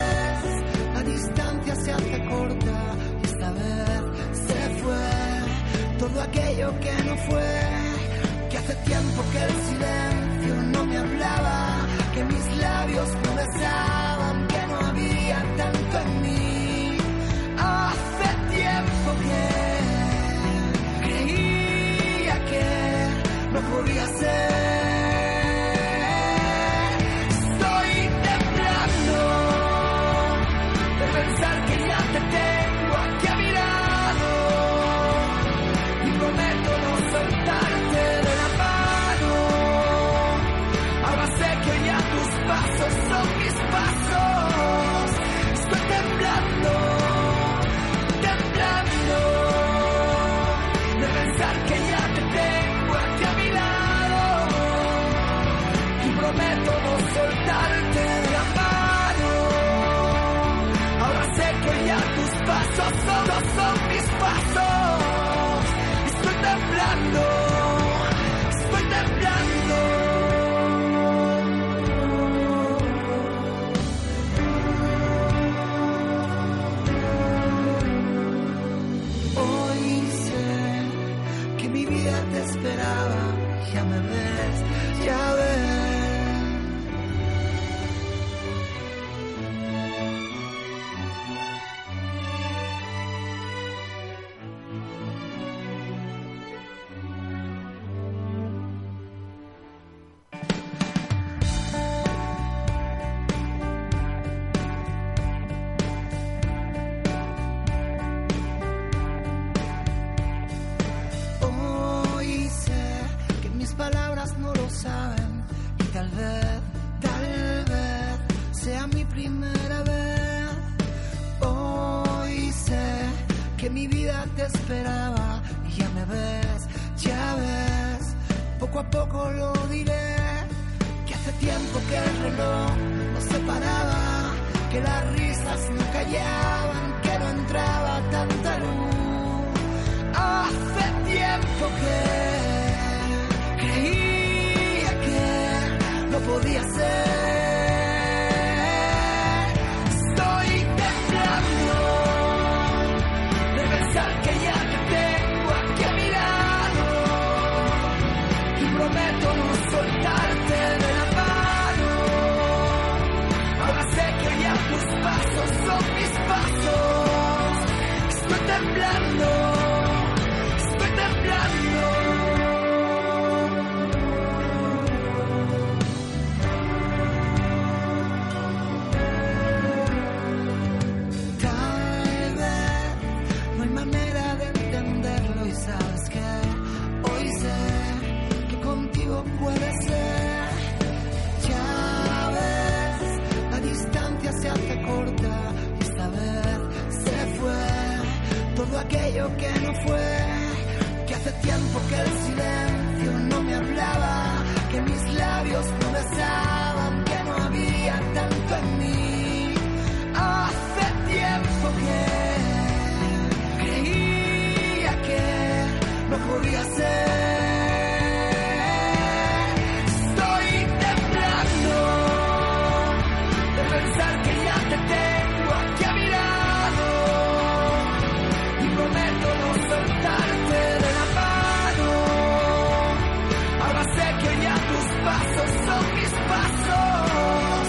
La distancia se hace corta y esta vez se fue todo aquello que no fue. Que hace tiempo que el silencio no me hablaba, que mis labios no besaban, que no había tanto en mí. Hace tiempo que creía que no podía ser. Estoy temblando de pensar que ya te tengo aquí a mi lado y prometo no soltarte de la mano. Ahora sé que ya tus pasos son mis pasos. Estoy temblando, temblando de pensar que ya te tengo aquí a mi lado y prometo no soltarte de la mano. Ahora sé que ya tus pasos solo son mis pasos. Estoy temblando, estoy temblando. Hoy sé que mi vida te esperaba. Ya me ves, ya ves. Hoy sé que mis palabras no lo saben y tal vez, tal vez sea mi primera vez. Hoy sé que mi vida te esperaba y ya me ves, ya ves. Poco a poco lo diré que hace tiempo que el reloj nos separaba, que las risas no callaban, que no entraba tanta luz. Hace tiempo que creía que no podía ser. Estoy temblando de pensar que ya te tengo aquí a mi lado y prometo no soltarte de la mano. Ahora sé que ya tus pasos son mis pasos. Estoy temblando, estoy temblando. Tal vez no hay manera de entenderlo y sabes que hoy sé que contigo puede ser. Ya ves, la distancia se hace corta y esta vez se fue todo aquello que no fue. Que hace tiempo que el silencio no me hablaba, que mis labios no besaban, que no había tanto en mí. Hace tiempo que creía que no podía ser. Estoy temblando de pensar que ya te tengo aquí a mi lado y prometo no soltarte de la mano. Ahora sé que ya tus pasos son mis pasos.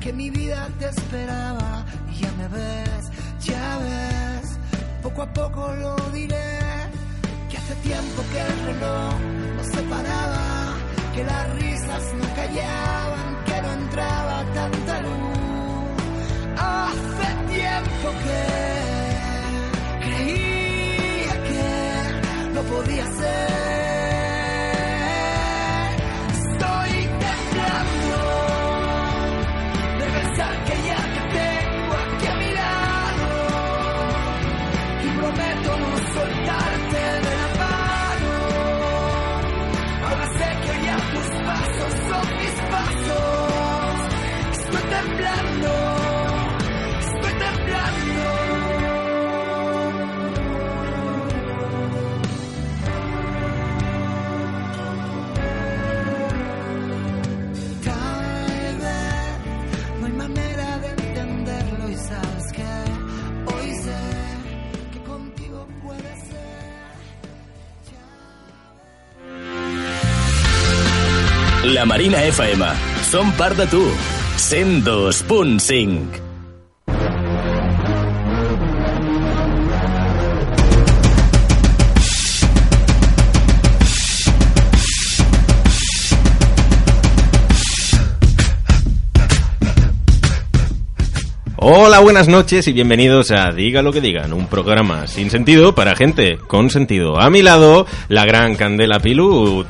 que mi vida te esperaba. Y ya me ves, ya ves, poco a poco lo diré. Que hace tiempo que el reloj nos separaba, que las risas no callaban, que no entraba tanta luz. Hace tiempo que creía que no podía ser. Estoy temblando de pensar que ya te tengo aquí a mi lado y prometo no soltarte de la mano. Ahora sé que ya tus pasos son mis pasos. Estoy temblando, estoy temblando. Tal vez no hay manera de entenderlo y sabes que hoy sé que contigo puede ser. La Marina FM. Som part de tu. 102.5. Hola, buenas noches y bienvenidos a Diga lo que digan, un programa sin sentido para gente con sentido. A mi lado, la gran Candela Pilu,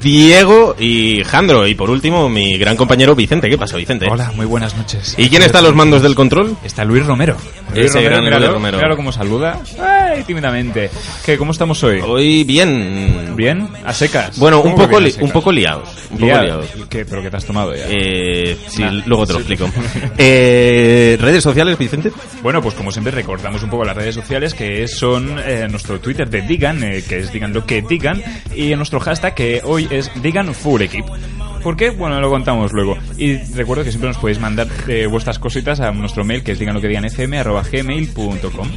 Diego y Jandro. Y por último, mi gran compañero Vicente. ¿Qué pasa, Vicente? Hola, Ah, muy buenas noches. ¿Y quién está a los mandos del control? Está Luis Romero. Ese gran Luis míralo, Romero. míralo cómo saluda. Ay, tímidamente. ¿Qué, ¿Cómo estamos hoy? Hoy bien. ¿Bien? ¿A secas? Bueno, un ¿Cómo que poco, bien a li- secas? un poco liados. Un poco Liado. liados. ¿Qué? ¿Pero qué te has tomado ya? Eh, sí, luego te lo explico. Eh, ¿Redes sociales, Vicente? Bueno, pues como siempre recordamos un poco las redes sociales que son eh, nuestro Twitter de Digan, eh, que es Digan lo que digan, y nuestro hashtag que hoy es Digan Full Equip. ¿Por qué? Bueno, lo contamos luego. Y recuerdo que siempre nos podéis mandar eh, vuestras cositas a nuestro mail que es digan lo que digan fm.gmail.com.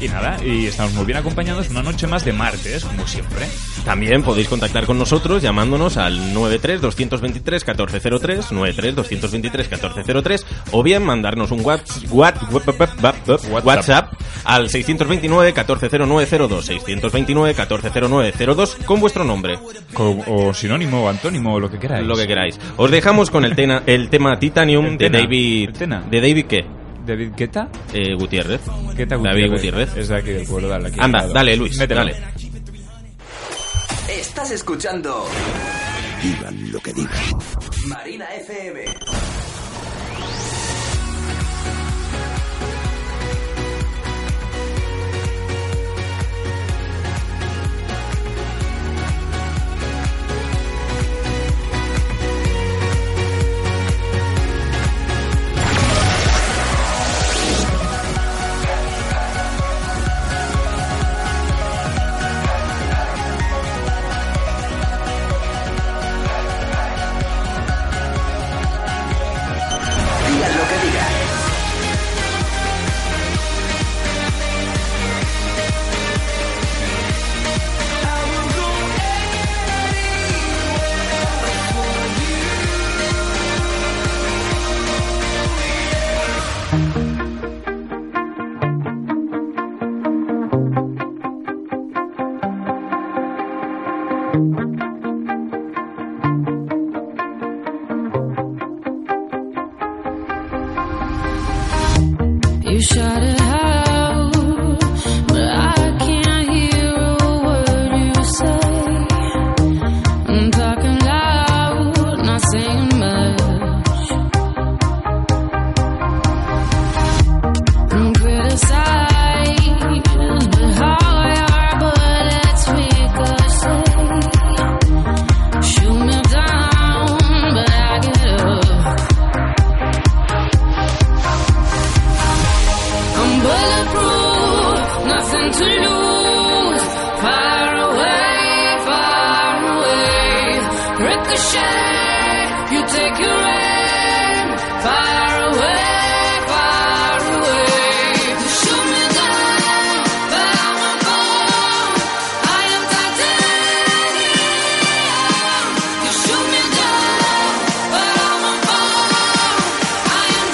Y nada, y estamos muy bien acompañados una noche más de martes, como siempre. También podéis contactar con nosotros llamándonos al 93-223-1403, 93-223-1403, o bien mandarnos un whats- what- wap- wap- wap- wap- WhatsApp. WhatsApp al 629-140902, 629-140902, con vuestro nombre, Co- o sinónimo, o antónimo, o lo que queráis. lo que queráis. Os dejamos con el, tena- el tema Titanium El de tena, David... el tena. ¿De David qué? David Guetta. Eh, Gutiérrez. Guetta David Gutiérrez. Es de aquí del pueblo, dale. Aquí al Anda, lado. dale, Luis, Métela. dale. Estás escuchando Digan lo que digan. Marina FM. Digan lo que digan. You shout it out, but I can't hear a word you say. I'm talking loud, not saying much. I'm criticized, but how I are, but it's ricochet. Shoot me down, but I get up. I'm bulletproof, nothing to lose. Far away, far away. Ricochet, you take your aim. Far away, far away. You shoot me down, but I won't fall. I am titanium. You shoot me down, but I won't fall.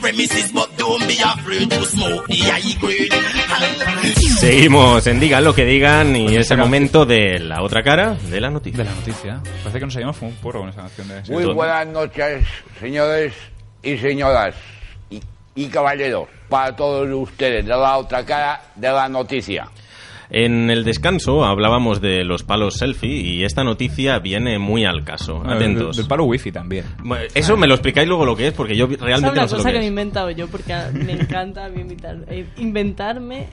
premises, but don't be afraid to smoke the high grade. And Seguimos en Digan lo que digan y es el momento de la otra cara de la noticia. Pues De la noticia. Parece que nos habíamos fumado un porro con esa canción de... Muy buenas noches, señores y señoras y, y caballeros, para todos ustedes, de la otra cara de la noticia. En el descanso hablábamos de los palos selfie y esta noticia viene muy al caso. Ah, Atentos. Del, del palo wifi también. Bueno, Eso me lo explicáis luego lo que es porque yo vi- Esa es realmente una no sé lo cosa que que me he es. inventado yo porque a- me encanta a mí invitar- eh, inventarme. eh,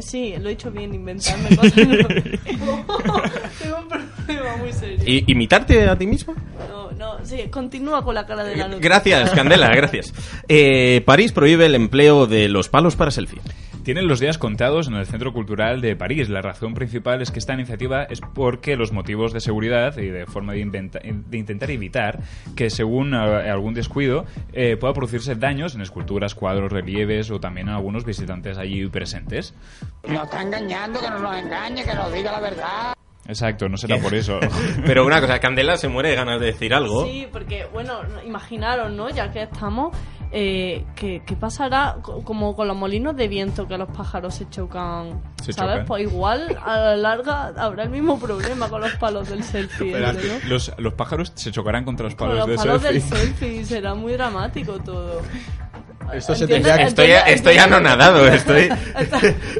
Sí, lo he hecho bien, inventarme cosas. Tengo un problema muy serio. ¿Y- ¿Imitarte a ti mismo? No, no, sí, continúa con la cara de la noticia. Eh, Gracias, Candela, gracias. Eh, París prohíbe el empleo de los palos para selfie. Tienen los días contados en el Centro Cultural de París. La razón principal es que esta iniciativa es porque los motivos de seguridad y de forma de, inventa- de intentar evitar que, según eh, algún descuido, eh, pueda producirse daños en esculturas, cuadros, relieves o también a algunos visitantes allí presentes. Nos está engañando, que no nos engañe, que nos diga la verdad. Exacto, no será por eso. Pero una cosa, Candela se muere de ganas de decir algo. Sí, porque, bueno, imaginaros, ¿no? Ya que estamos, eh, que, que pasará co- como con los molinos de viento que los pájaros se chocan. Se ¿Sabes? chocan. Pues igual a la larga habrá el mismo problema con los palos del selfie. Verás, ¿no? los, los pájaros se chocarán contra los Con palos de los palos selfie. del selfie, será muy dramático todo. Esto se tendría que- Estoy, estoy anonadado, estoy...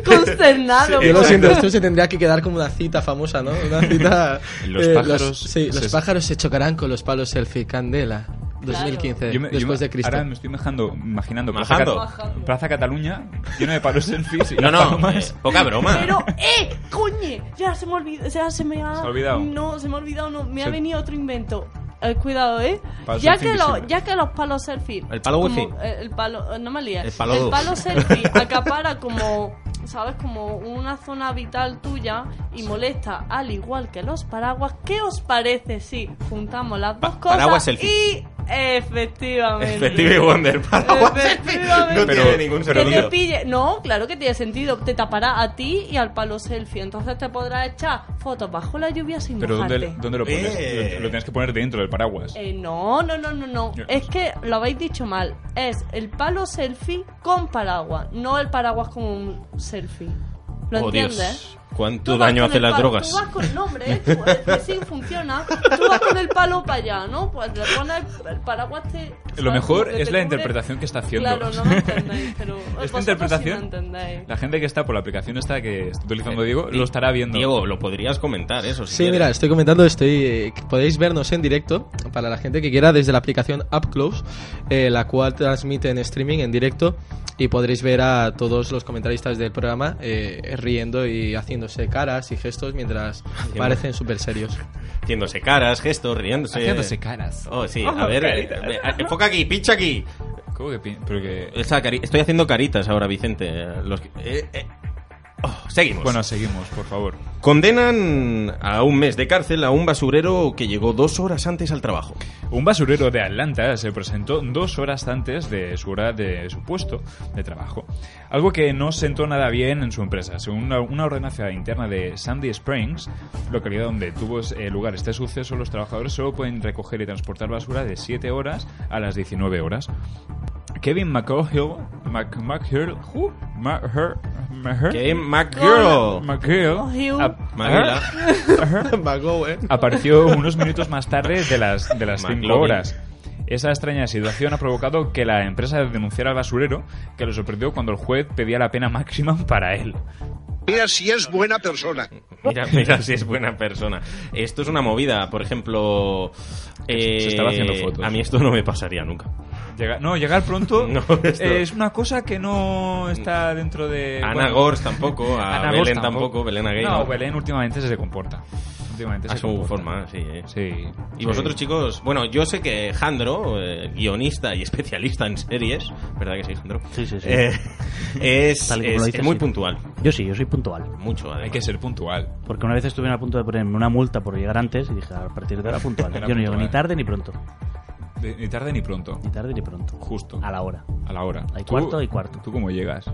Consternado. Yo lo siento, esto se tendría que quedar como una cita famosa, ¿no? Una cita. Los pájaros pues sí, los se- pájaros se chocarán con los palos selfie. Candela, 2015, Yo me- yo después me- de Cristo. Ahora me estoy majando- imaginando Plaza, Majando. Cat- Plaza Cataluña lleno de palos selfies y No, las no, palomas. eh, poca broma. Pero, ¡eh! ¡Coñe! Ya se me olvidó. Ya se me ha. Se ha olvidado. No, se me ha olvidado, no. Me ha Se- venido otro invento. Eh, cuidado, ¿eh? Palo Ya selfie que, lo- invisible. ya que los palos selfie. ¿El palo como- wifi? eh, el palo. eh, No me líes. El palo- selfie acapara como. ¿Sabes? Como una zona vital tuya y molesta al igual que los paraguas. ¿Qué os parece si juntamos las dos cosas? paraguas selfie. Y. Efectivamente. Stevie Wonder, paraguas selfie. No Efectivamente. tiene ningún Que te sentido. pille. No, claro que tiene sentido. Te tapará a ti y al palo selfie. Entonces te podrás echar fotos bajo la lluvia sin Pero mojarte. ¿dónde, dónde lo pones? Eh. Lo, lo tienes que poner dentro del paraguas. Eh, no, no, no, no, no. Es que lo habéis dicho mal. Es el palo selfie con paraguas, no el paraguas con un selfie. ¿Lo Oh, Dios. entiendes? ¿Cuánto daño hacen ¿eh? el las palo- drogas? Tú vas con nombre, ¿eh? Tú- es que sí, funciona. Tú vas con el palo para allá, ¿no? Pues le pones el- el paraguas te... Lo mejor Que te es la cubre- interpretación que está haciendo. Claro, no me entendéis, pero... Esta vosotros sí interpretación- me entendéis. La gente que está por la aplicación esta que está utilizando Diego lo estará viendo. Eh, Diego, lo podrías comentar eso. Si Sí, mira, estoy comentando, estoy, eh, que podéis vernos en directo para la gente que quiera desde la aplicación Up Close, eh, la cual transmite en streaming en directo y podréis ver a todos los comentaristas del programa eh, riendo y haciéndose caras y gestos mientras parecen súper serios. Haciéndose caras, gestos, riéndose. Haciéndose caras. Oh, sí, Oh, a ver. eh, caritas. eh, enfoca aquí, pincha aquí. ¿Cómo que pin- pero que- Esa cari- Estoy haciendo caritas ahora, Vicente. eh, Los... que- eh, eh. Oh, seguimos. Bueno, seguimos, por favor. Condenan a un mes de cárcel a un basurero que llegó dos horas antes al trabajo. Un basurero de Atlanta se presentó dos horas antes de su hora de su puesto de trabajo, algo que no sentó nada bien en su empresa. Según una, una ordenanza interna de Sandy Springs, localidad donde tuvo eh, lugar este suceso, los trabajadores solo pueden recoger y transportar basura de 7 horas a las 19 horas. Kevin McGill, Mc, McGill, who? McGill, McGill, Kevin McGill. McGill, ap- McGill. eh. apareció unos minutos más tarde de las, de las 5 McLovin. horas. Esa extraña situación ha provocado que la empresa denunciara al basurero, que lo sorprendió cuando el juez pedía la pena máxima para él. Mira si es buena persona. Mira, mira si es buena persona. Esto es una movida, por ejemplo. eh, estaba haciendo fotos. A mí esto no me pasaría nunca. Llega- no, llegar pronto No, esto- eh, es una cosa que no está dentro de... Ana bueno, Gors tampoco, a Ana Gors Belén tampoco, Belén Aguirre. No, Belén últimamente se comporta. Últimamente A se su comporta. forma, sí. eh. Y sí. vosotros, chicos, bueno, yo sé que Jandro, eh, guionista y especialista en series, ¿verdad que sí, Jandro? Sí, sí, sí. Eh, es Tal y como es- es lo dices, muy sí. puntual. Yo sí, yo soy puntual. Mucho, además. Hay que ser puntual. Porque una vez estuvieron a punto de ponerme una multa por llegar antes y dije, a partir de ahora puntual. Era Yo no llego puntual. ni tarde ni pronto. De- ni tarde ni pronto. Ni tarde ni pronto. Justo. A la hora. A la hora. Hay Tú- cuarto y cuarto. ¿Tú cómo llegas?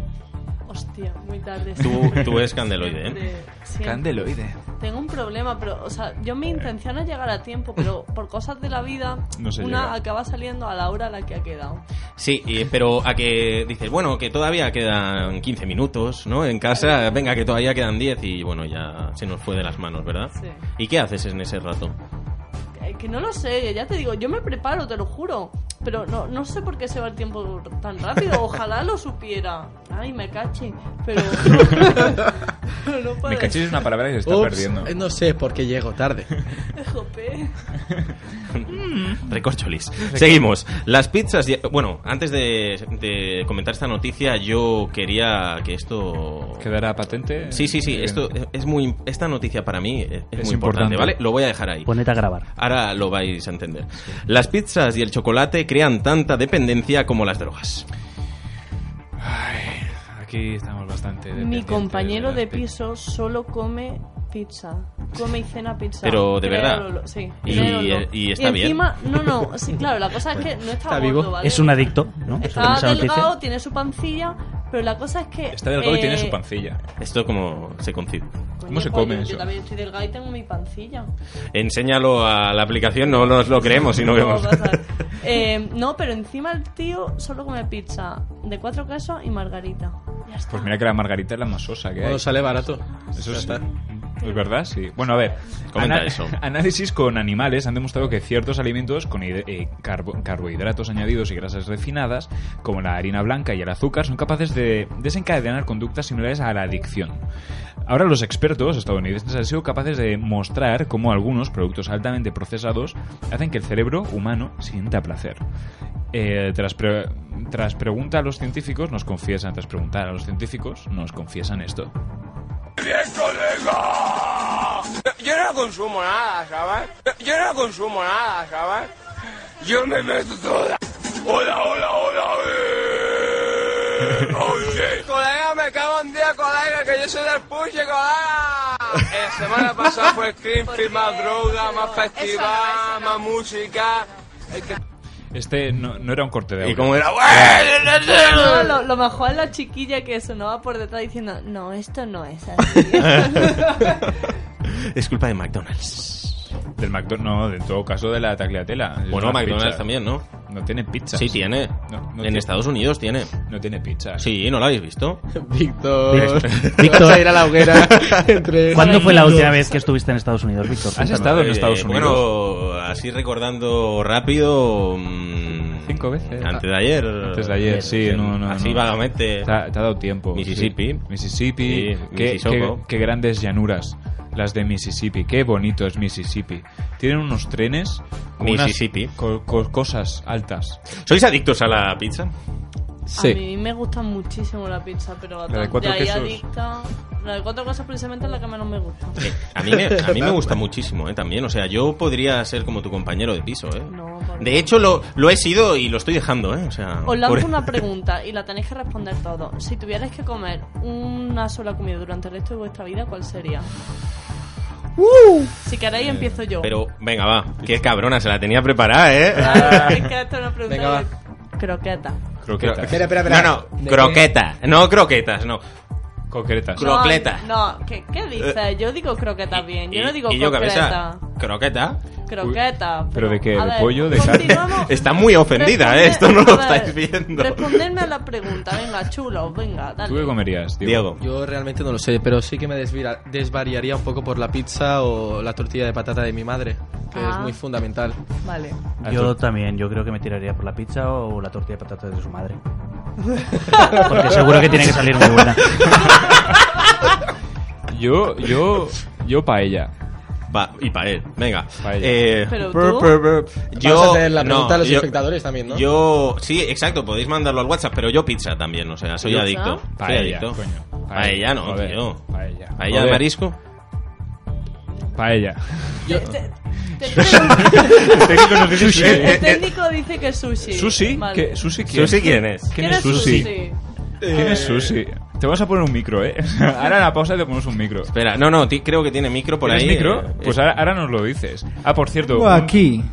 Hostia, muy tarde. Tú, siempre, tú eres candeloide, siempre, ¿eh? siempre. Candeloide. Tengo un problema, pero, o sea, yo mi intención es llegar a tiempo, pero por cosas de la vida, No se una llega. acaba saliendo a la hora a la que ha quedado. Sí, y- pero a que dices, bueno, que todavía quedan 15 minutos, ¿no? En casa, venga, que todavía quedan 10 y bueno, ya se nos fue de las manos, ¿verdad? Sí. ¿Y qué haces en ese rato? Que, que no lo sé, ya te digo, yo me preparo, te lo juro. Pero no, no sé por qué se va el tiempo tan rápido, ojalá lo supiera. Ay, me caché, pero... pero no Me parece. cachis es una palabra que se está Ups, perdiendo. eh, No sé por qué llego tarde. Jope. Mm. Recorcholis. Seguimos. Las pizzas. ya- Bueno, antes de, de comentar esta noticia, yo quería que esto. ¿Quedará patente? Sí, sí, sí. Eh, Esto es- es muy. Esta noticia para mí es, es Es muy importante, importante. ¿vale? Lo voy a dejar ahí. Ponete a grabar. Ahora lo vais a entender. Las pizzas y el chocolate crean tanta dependencia como las drogas. Aquí estamos bastante. Mi compañero de piso solo come pizza. Come y cena pizza. Pero, ¿de verdad? Créanlo, sí. Y- créanlo. y está bien. encima, no, no. Sí, claro, la cosa es que no está, Está gordo, vivo. ¿vale? Es un adicto, ¿no? Eso Está también se nos dice. delgado, tiene su pancilla, pero la cosa es que. eh, pancilla. Esto como se concibe. coño, pues yo, Yo también estoy delgado y tengo mi pancilla. Enséñalo a la aplicación, no nos lo creemos y no No, vemos. pasa. Eh, no, pero encima el tío solo come pizza de cuatro quesos y margarita. Ya está. Pues mira que la margarita es la más sosa que Cuando hay. sale barato. Eso Ya sí. está. Es verdad, sí. Bueno, a ver. Comenta ana- eso. Análisis con animales han demostrado que ciertos alimentos con hid- eh, carbo- carbohidratos añadidos y grasas refinadas, como la harina blanca y el azúcar, son capaces de desencadenar conductas similares a la adicción. Ahora los expertos estadounidenses han sido capaces de mostrar cómo algunos productos altamente procesados hacen que el cerebro humano sienta placer. Eh, tras, pre- tras pregunta a los científicos, nos confiesan, tras preguntar a los científicos, nos confiesan esto. Yo no consumo nada, ¿sabes? Yo no consumo nada, ¿sabes? Yo me meto toda. Hola, hola, hola. eh. Oh, sí. Colega, me cago en día, colega, que yo soy del puche, colega. La semana pasada fue el Creamfield, más droga, más festival, más música. Es que Este no, no era un corte de audio. ¿Y cómo era? No, lo, lo mejor es la chiquilla que sonaba por detrás diciendo, no, esto no es así. Es culpa de McDonald's. Del McDonald's, no, en todo caso de la tagliatela. Es Bueno, una McDonald's pizza. también, ¿no? No tiene pizza. Sí, tiene. No, no en tiene- Estados Unidos tiene. No tiene pizza. Sí, ¿no lo habéis visto? Víctor. Víctor. Vas a ir a la hoguera. entre ¿Cuándo fue la amigos. última vez que estuviste en Estados Unidos, Víctor? ¿Has Cuéntanos. estado en Estados Eh, Unidos? Bueno, así recordando rápido. mm, Cinco veces. Antes de ayer. Antes de ayer, sí, no, no. Así no. vagamente. Te ha, te ha dado tiempo. Mississippi. sí. Mississippi. Sí, qué, qué, Mississauga. qué grandes llanuras. Las de Mississippi. Qué bonito es Mississippi. Tienen unos trenes. con unas Mississippi. co- co- cosas altas. ¿Sois adictos a la pizza? A mí me gusta muchísimo la pizza, pero La de cuatro ahí quesos. adicta. La de cuatro quesos precisamente es la que menos me gusta. A mí me, a mí me gusta muchísimo, ¿eh? También. O sea, yo podría ser como tu compañero de piso, ¿eh? No, De hecho, lo, lo he sido y lo estoy dejando, ¿eh? O sea. Os lanzo por- una pregunta y la tenéis que responder todo. Si tuvierais que comer una sola comida durante el resto de vuestra vida, ¿cuál sería? Si queréis empiezo yo. Pero, venga, va. Qué cabrona, se la tenía preparada, ¿eh? Ah, es que esto es una pregunta Venga, va. de croqueta. Croquetas. Espera, espera, espera. No, ¿De no, croqueta. No croquetas, no. Concretas. No, Crocleta. No, ¿qué, qué dices? Yo digo croqueta bien, yo no digo Eh, y yo croqueta. cabeza. Croqueta. Croqueta. ¿Pero de qué? a ¿De ver, pollo? ¿De continuamos. carne? Está muy ofendida, Responde- ¿eh? Esto no lo a ver, estáis viendo. Respondedme a la pregunta, venga, chulo, venga, dale. ¿Tú qué comerías, Diego? Yo realmente no lo sé, pero sí que me desvira- desvariaría un poco por la pizza o la tortilla de patata de mi madre, que Ah. es muy fundamental. Vale. Yo también, yo creo que me tiraría por la pizza o la tortilla de patatas de su madre. Porque seguro que tiene que salir muy buena. Yo, yo, yo paella. Va, y para él, venga. Paella. Eh, Pero brr, tú- brr, brr. Yo, Vamos a hacer la pregunta no, a los yo- espectadores también, ¿no? Yo, sí, exacto, podéis mandarlo al WhatsApp, pero yo pizza también, o sea, soy ¿Pizza? adicto. Paella, soy adicto. coño. Paella, no, Joder, tío. paella. Paella de Joder. marisco. Paella. Eh, El técnico dice que sushi. ¿Sushi? Vale. ¿Qué? ¿Sushi quién? ¿Sushi quién es? ¿Quién es sushi? ¿Quién es sushi? Te vamos a poner un micro, ¿eh? Ahora en la pausa te ponemos un micro. Espera, no, no, ti- creo que tiene micro por ¿Tienes ahí. micro? eh, Pues ahora, ahora nos lo dices. Ah, por cierto. Tengo aquí.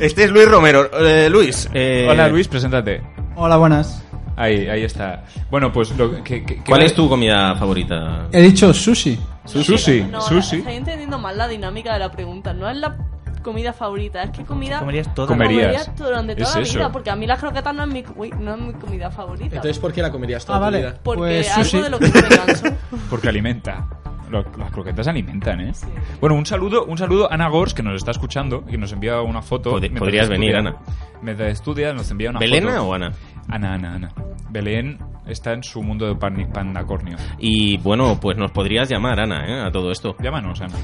Este es Luis Romero. Eh, Luis. eh, Hola Luis, preséntate. Hola, buenas. Ahí, ahí está. Bueno, pues lo que... que- que- ¿Cuál es tu comida favorita? He dicho sushi. Sushi. No, Sushi. estoy entendiendo mal la dinámica de la pregunta. No es la comida favorita, es que comida... Comerías toda la Comerías. comerías durante toda Es la eso. vida, porque a mí las croquetas no es mi, uy, no es mi comida favorita. Entonces, ¿por qué la comerías toda Ah, tu vale. vida? Porque Pues algo de lo que no me canso. Porque alimenta. Lo- Las croquetas alimentan, ¿eh? Bueno, un saludo, un saludo a Ana Gors, que nos está escuchando, que nos envía una foto. Pod- mientras podrías venir, estudia. Mientras estudia, nos envía una ¿Belena foto. o Ana? Ana, Ana, Ana. Belén está en su mundo de pan- pandacornio. Y bueno, pues nos podrías llamar, Ana, ¿eh? a todo esto. Llámanos, Ana.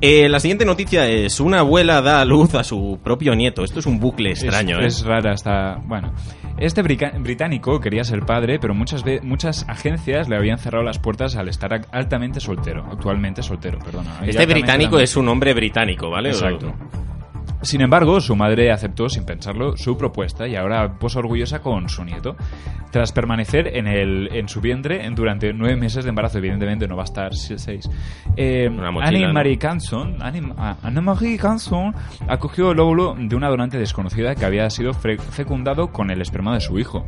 Eh, la siguiente noticia es: una abuela da a luz a su propio nieto. Esto es un bucle extraño, es, ¿eh? es rara esta. Bueno. Este brica- británico quería ser padre, pero muchas, ve- muchas agencias le habían cerrado las puertas al estar ac- altamente soltero. Actualmente soltero, perdona. Y Este altamente británico altamente- es un hombre británico, ¿vale? Exacto. Sin embargo, su madre aceptó sin pensarlo su propuesta y ahora posa orgullosa con su nieto. Tras permanecer en, el, en su vientre durante nueve meses de embarazo, evidentemente no va a estar si- seis. Eh, mochila, Anne ¿no? Marie Canson, Anne-Marie Canson acogió el óvulo de una donante desconocida que había sido fre- fecundado con el esperma de su hijo.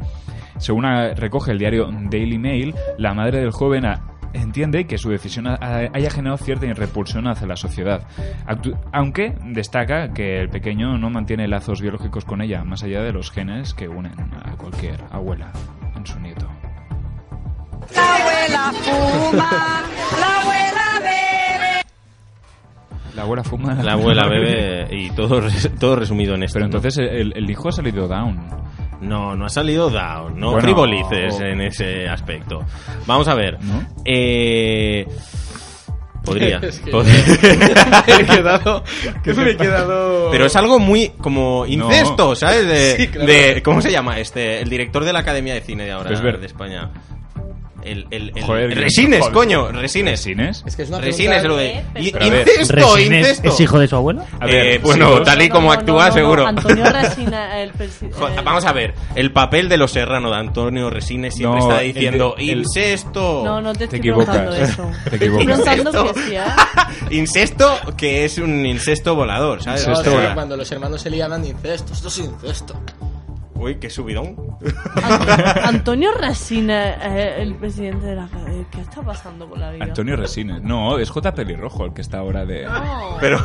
Según ah, recoge el diario Daily Mail, la madre del joven ah, entiende que su decisión ha- ha- haya generado cierta repulsión hacia la sociedad, Actu- aunque destaca que el pequeño no mantiene lazos biológicos con ella, más allá de los genes que unen a cualquier abuela en su nieto. La abuela fuma, la abuela bebe. La abuela fuma. La abuela bebe y todo, res- todo resumido en esto. Pero ¿no? entonces el, el hijo ha salido down. No, no ha salido down. No Bueno, frivolices o- en ese este aspecto. Vamos a ver. Eh, Podría. Es que- Podría. he quedado- me he quedado- Pero es algo muy como incesto, No. ¿sabes? De, Sí, claro. de- ¿Cómo se llama? Este, el director de la Academia de Cine de ahora Es verdad. de España. El, el, el- Joder, Resines, joder. coño, Resines. Resines. Es que es una Resines pregunta- lo de. y- Pero a ver, Incesto, ¿Resines incesto. es hijo de su abuela? A ver, Eh, bueno, tal y como No, no, actúa, no, no, seguro. Antonio Resina, el presi- Jo- el- Vamos a ver, el papel de los Serrano de Antonio Resines siempre No, está el de- diciendo el- incesto. No, no te, Te estoy equivocas. preguntando eso. Te equivocas. Estoy preguntando Incesto. que sí, ¿eh? Incesto, que es un incesto volador, ¿sabes? No, O sea, sí, cuando los hermanos se liaban, incesto, esto es incesto. Uy, qué subidón. Antonio Resina, eh, el presidente de la eh, ¿Qué está pasando con la vida? Antonio Resines. No, es J. Pelirrojo el que está ahora de. No. Pero.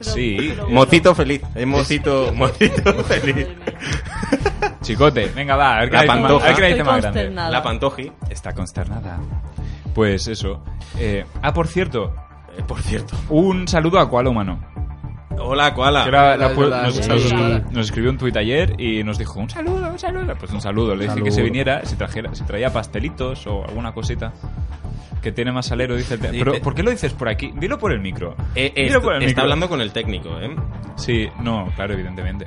Sí. Mocito feliz. Es mocito, mocito feliz. Chicote, venga, va. A ver qué La hay más- pantoja. a ver qué hay Estoy más grande. consternada. La pantoji. Está consternada. Pues eso. Eh, ah, por cierto, Eh, por cierto. un saludo a Koala Humano. Hola, koala. Que la- la hola, pu- hola, nos, sí, nos- hola. nos escribió un tuit ayer y nos dijo un saludo, un saludo. Pues un saludo. Le dije Saludo. que se viniera, si, trajera, si traía pastelitos o alguna cosita. Que tiene más salero, dice el te- Dice- Pero, ¿por qué lo dices por aquí? Dilo por el micro. Eh, eh, Dilo por el está micro. hablando con el técnico, ¿eh? Sí, no, claro, evidentemente.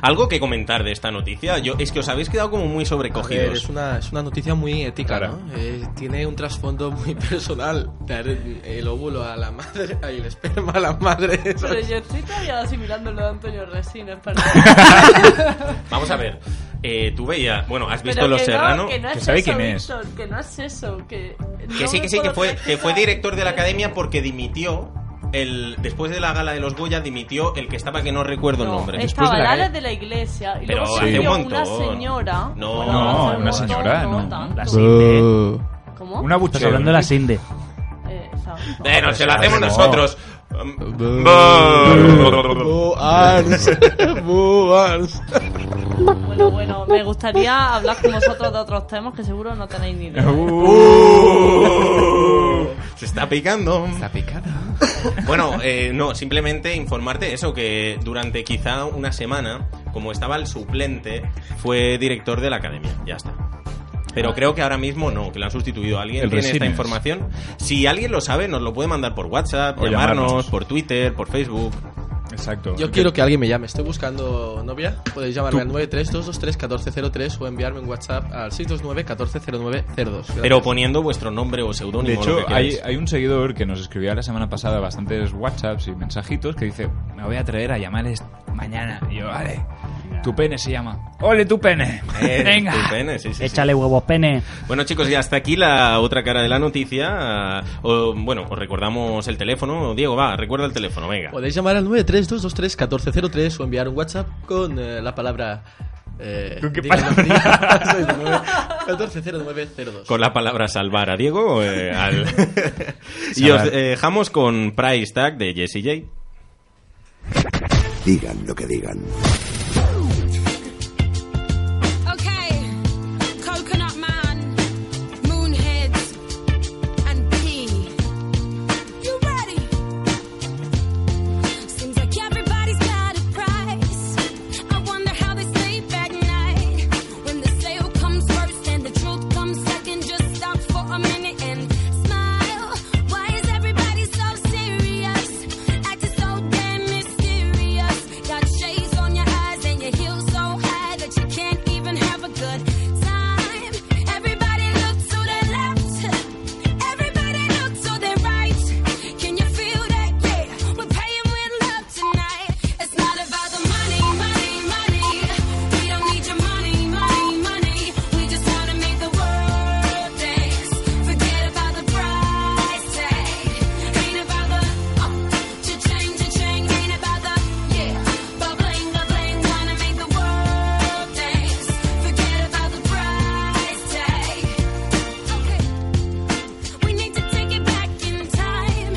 Algo que comentar de esta noticia. Yo, es que os habéis quedado como muy A ver, sobrecogidos. es, una, es una noticia muy ética, Claro. ¿no? Eh, tiene un trasfondo muy personal. Dar el, el óvulo a la madre, ay, el esperma a la madre. Pero ¿sabes? yo estoy todavía asimilando lo de Antonio Resines, perdón. Vamos a ver. Eh, tú veías. Bueno, has visto Pero Los que no, Serrano. que no Que es sabe eso, quién es. Víctor, que no es eso. Que Que, no sí, me que sí, que puedo fue, que creer fue sea- director de la academia porque dimitió. El, después de la gala de los Goya, dimitió el que estaba que no recuerdo el No, nombre. Estaba de la Lara calle. de la iglesia y Pero luego hace salió un una montón. señora. No, Bueno, no, hace un una montón, señora, no. tanto. La Sinde. ¿Cómo? Una Estás buchera. hablando de la Sinde. Eh, esa- Bueno, Pues se lo hacemos Ah, No. nosotros. eh, Boo Arms. Boo Arms. Bueno, bueno, me gustaría hablar con vosotros de otros temas que seguro no tenéis ni idea. Uh, se está picando. Está picada. Bueno, eh, no, simplemente informarte eso, que durante quizá una semana, como estaba el suplente, fue director de la academia, ya está. Pero creo que ahora mismo no, que lo han sustituido. ¿Alguien El tiene esta Resines. información? Si alguien lo sabe, nos lo puede mandar por WhatsApp, O llamarnos, llamarnos. por Twitter, por Facebook. Exacto. Yo Que- quiero que alguien me llame. Estoy buscando novia. Podéis llamarme Tú. al 93223-1403 o enviarme un WhatsApp al 629-140902. Pero poniendo vuestro nombre o De seudónimo. lo hecho, que hay, queráis. hay un seguidor que nos escribía la semana pasada bastantes WhatsApps y mensajitos que dice, me voy a atrever a llamar est- mañana. Y yo, vale, tu pene se llama. Ole, tu pene. Eh, Venga. tu pene, sí, sí, sí. Échale huevos, pene. Bueno chicos, y hasta aquí la otra cara de la noticia. Ah, o, bueno, os recordamos el teléfono. Diego, va, recuerda el teléfono, venga. Podéis llamar al 93223-1403 o enviar un WhatsApp con eh, la palabra Eh, ¿Con qué díganos, palabra? díganos, 69, 140902. Con la palabra salvar a Diego eh, al- y os Salvar. eh, dejamos con Price Tag de Jesse J. Digan lo que digan. Okay, Coconut Man, Moonhead, and Bee. You ready? Seems like everybody's got a price. I wonder how they sleep at night. When the sale comes first and the truth comes second, just stop for a minute and smile. Why is everybody so serious? Acting so damn mysterious. Got shades on your eyes and your heels so high that you can't even have a good time. Everybody look to the left. Everybody look to the right. Can you feel that? Yeah, we're paying with love tonight. It's not about the money, money, money. We don't need your money, money, money. We just wanna make the world dance. Forget about the price tag. Ain't about the oh, cha-ching, cha-ching. Ain't about the yeah, ba-bling, ba-bling. Wanna make the world dance. Forget about the price tag. Okay. We need to take it back in time.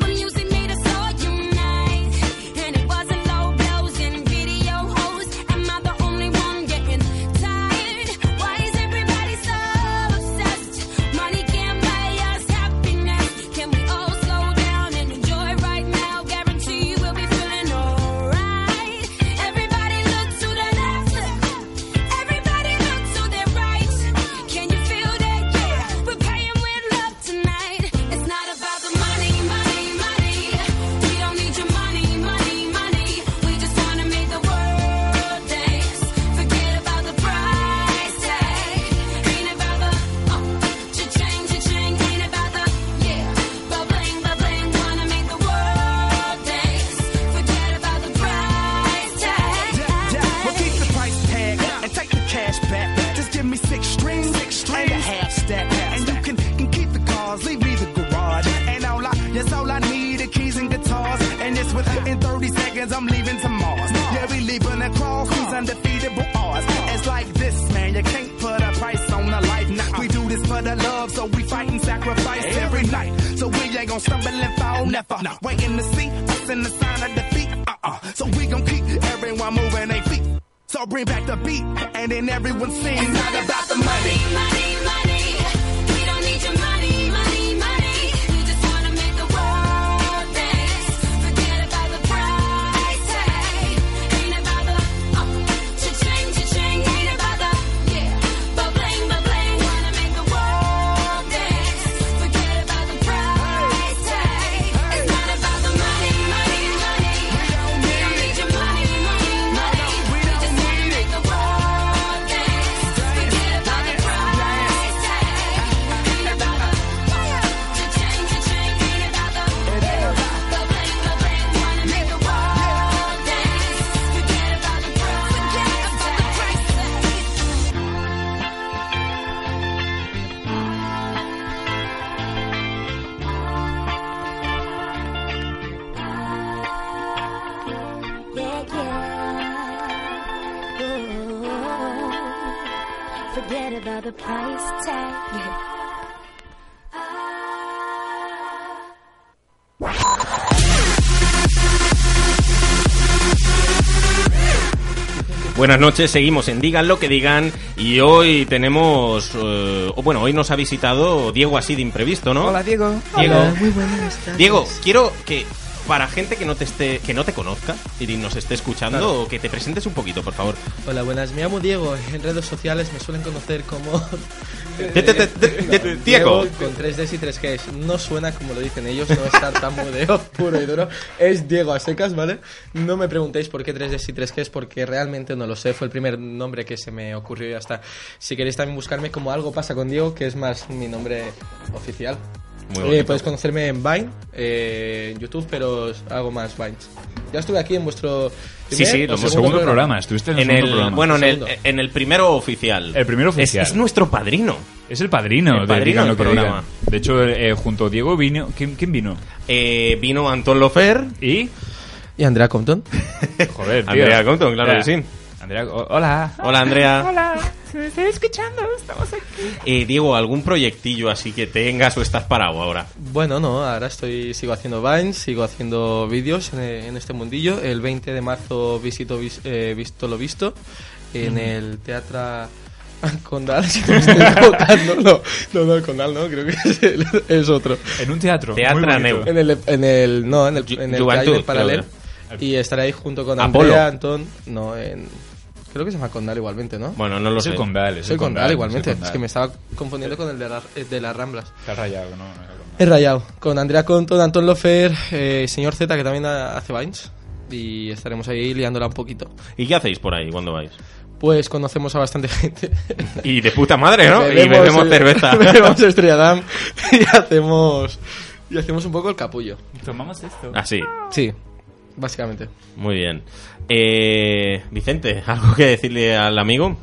When music made us all unite, and it wasn't low blows and video hoes. Am I the only one getting tired? Why is everybody so obsessed? Money can't buy us happiness. Can we all slow down and enjoy right now? Guarantee we'll be feeling alright. Everybody look to the left. Everybody look to their right. Can you feel that? Yeah, we're paying with love tonight. It's not about the money, money, money. We don't need your money, money, money. We just wanna make the world dance. Forget about the price tag. Ain't about the oh, cha-ching, cha-ching. Ain't about the yeah, ba-bling, ba-bling. Wanna make the world dance. Forget about the price tag. Well, keep the price tag and take the cash back. Just give me six strings, and a half stack. And you can, can keep the cars, leave me the garage. And all I, yes, all I need are keys and guitars. And yes, within 30 seconds, I'm leaving to Mars. Yeah, we leaving across these undefeatable odds. It's like this, man, you can't put a price on a life. Nah, we do this for the love, so we fight and sacrifice every night. So we ain't gonna stumble and fall, never. Waiting to see us in the sign of defeat. Uh-uh. So we gon' keep everyone moving their feet. So bring back the beat, and then everyone sings. It's not about the money. money, money. We don't need your money, money, money. We just wanna make the world dance. Forget about the price tag. Ain't about the oh, cha-ching, cha-ching. Ain't about the yeah, ba-bling, ba-bling. Wanna make the world dance. Forget about the price tag. It's not about the money, money, money. We don't need your money, money, money. We just wanna make the world dance. Forget about the price tag. Ain't about the cha-ching, cha-ching. Ain't about the yeah, ba-bling, ba-bling. Wanna make the world dance. Forget about the price tag. Yeah, yeah. Ooh. Forget about the price tag. Buenas noches, seguimos en Digan lo que digan y hoy tenemos, eh, o bueno, hoy nos ha visitado Diego así de imprevisto, ¿no? Hola Diego. Diego. muy buenas tardes. Diego, quiero que para gente que no te esté, que no te conozca y nos esté escuchando, Claro. que te presentes un poquito, por favor. Hola, buenas. Me llamo Diego. En redes sociales me suelen conocer como. Te- te- te- te- te- Diego. Con 3Ds y 3Gs. No suena como lo dicen ellos, no es tartamudeo puro y duro. Es Diego a secas, ¿vale? No me preguntéis por qué 3Ds y 3Gs, porque realmente no lo sé. Fue el primer nombre que se me ocurrió y ya está. Si queréis también buscarme como algo pasa con Diego, que es más mi nombre oficial. Muy Eh, bonito. podéis conocerme en Vine, eh, en YouTube, pero hago más Vines. Ya estuve aquí en vuestro Sí, sí, lo lo hemos- estuviste en el en segundo el, programa. Bueno, en el, Segundo. en el primero oficial. El primero oficial. Es, es nuestro padrino. Es el padrino, El de padrino Digan del lo que programa. Digan. De hecho, eh, junto a Diego vino. ¿Quién, quién vino? Eh, vino Antón Lofer. ¿Y? ¿Y Andrea Compton? Joder, tío. Andrea Compton, claro que sí. Andrea, o- hola. Hola, Andrea. Hola, ¿me estoy escuchando? Estamos aquí. Eh, Diego, ¿algún proyectillo así que tengas o estás parado ahora? Bueno, no, ahora estoy sigo haciendo Vines, sigo haciendo vídeos en, en este mundillo. El 20 de marzo visito vis- eh, Visto lo Visto en Mm. el Teatro Condal. si no me estoy equivocando. no, no, no, el Condal no, creo que es, el- es otro. En un teatro. Teatro muy Neu. bonito. En el, en el- no, en el, Ju- en el Juventud, Calle creo Paralel. que era. Y estaré ahí junto con Apolo. Andrea, Antón, no, en... Creo que se llama Condal igualmente, ¿no? Bueno, no lo Es el sé. Condal, es el Condal es igualmente. el Condal. Es que me estaba confundiendo con el de, la- eh, de las Ramblas. Está rayado, ¿no? No, no, no. He rayado. Con Andrea Conton, Antón Lofer, eh, señor Z, que también ha- hace Vines. Y estaremos ahí liándola un poquito. ¿Y qué hacéis por ahí cuando vais? Pues conocemos a bastante gente. Y de puta madre, ¿no? y bebemos eh, cerveza. Bebemos Estrella Damm y hacemos, y hacemos un poco el capullo. Tomamos esto. Así. Sí, básicamente. Muy bien. Eh, Vicente, ¿algo que decirle al amigo?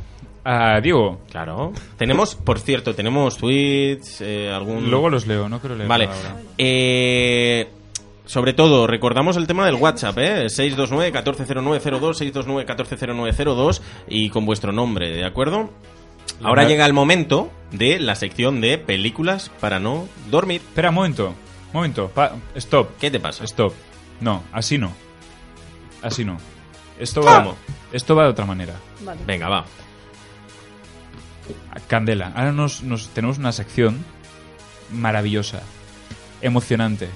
A Diego. Claro. Tenemos, por cierto, tenemos tweets, eh, algún... Luego los leo, no creo leer Vale. ahora. Eh, sobre todo, recordamos el tema del WhatsApp, ¿eh? 629-140902, 629-140902 y con vuestro nombre, ¿de acuerdo? Ahora Leonardo. llega el momento de la sección de películas para no dormir. Espera, un momento. un Momento. pa- stop. ¿Qué te pasa? Stop. No, así no. Así no. Esto va, ¿Cómo? esto va de otra manera. Vale. Venga, va. Candela, ahora nos, nos- tenemos una sección maravillosa, emocionante,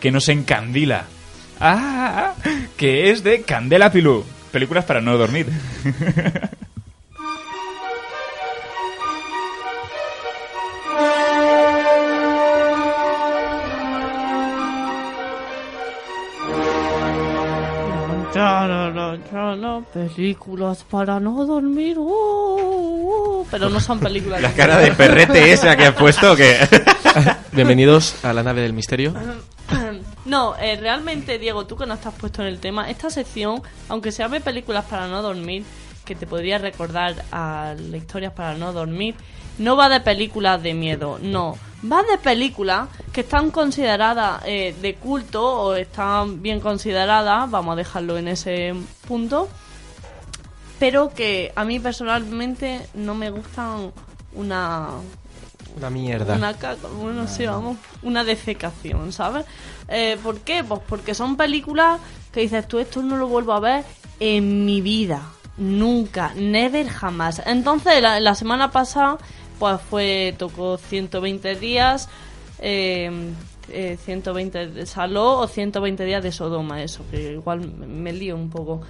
que nos encandila. Ah, que es de Candela Pilú. Películas para no dormir. Películas para no dormir. uh, uh, pero no son películas. La cara de perrete esa que has puesto que... Bienvenidos a la nave del misterio. No, eh, realmente, Diego, tú que no estás puesto en el tema, esta sección, aunque se llame películas para no dormir, que te podría recordar a las historias para no dormir, no va de películas de miedo, no. Va de películas que están consideradas eh, de culto o están bien consideradas, vamos a dejarlo en ese punto, pero que a mí personalmente no me gustan una Una mierda. una caca, bueno, sí, vamos, una defecación, ¿sabes? Eh, ¿Por qué? Pues porque son películas que dices tú, esto no lo vuelvo a ver en mi vida, nunca, never, jamás. Entonces, la, la semana pasada, pues fue, tocó 120 días, eh, eh, 120 de Saló o 120 días de Sodoma, eso, que igual me, me lío un poco.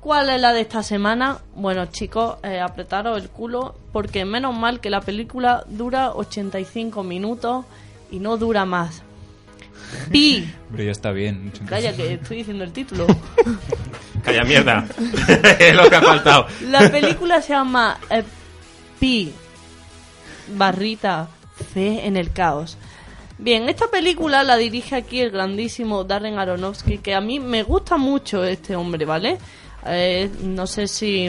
¿Cuál es la de esta semana? Bueno, chicos, eh, apretaros el culo, porque menos mal que la película dura 85 minutos y no dura más. Pi, Pero ya está bien. calla que estoy diciendo el título. Calla mierda. es lo que ha faltado. La película se llama eh, Pi, barrita, fe en el caos. Bien, esta película la dirige aquí el grandísimo Darren Aronofsky, que a mí me gusta mucho este hombre, ¿vale? Eh, no sé si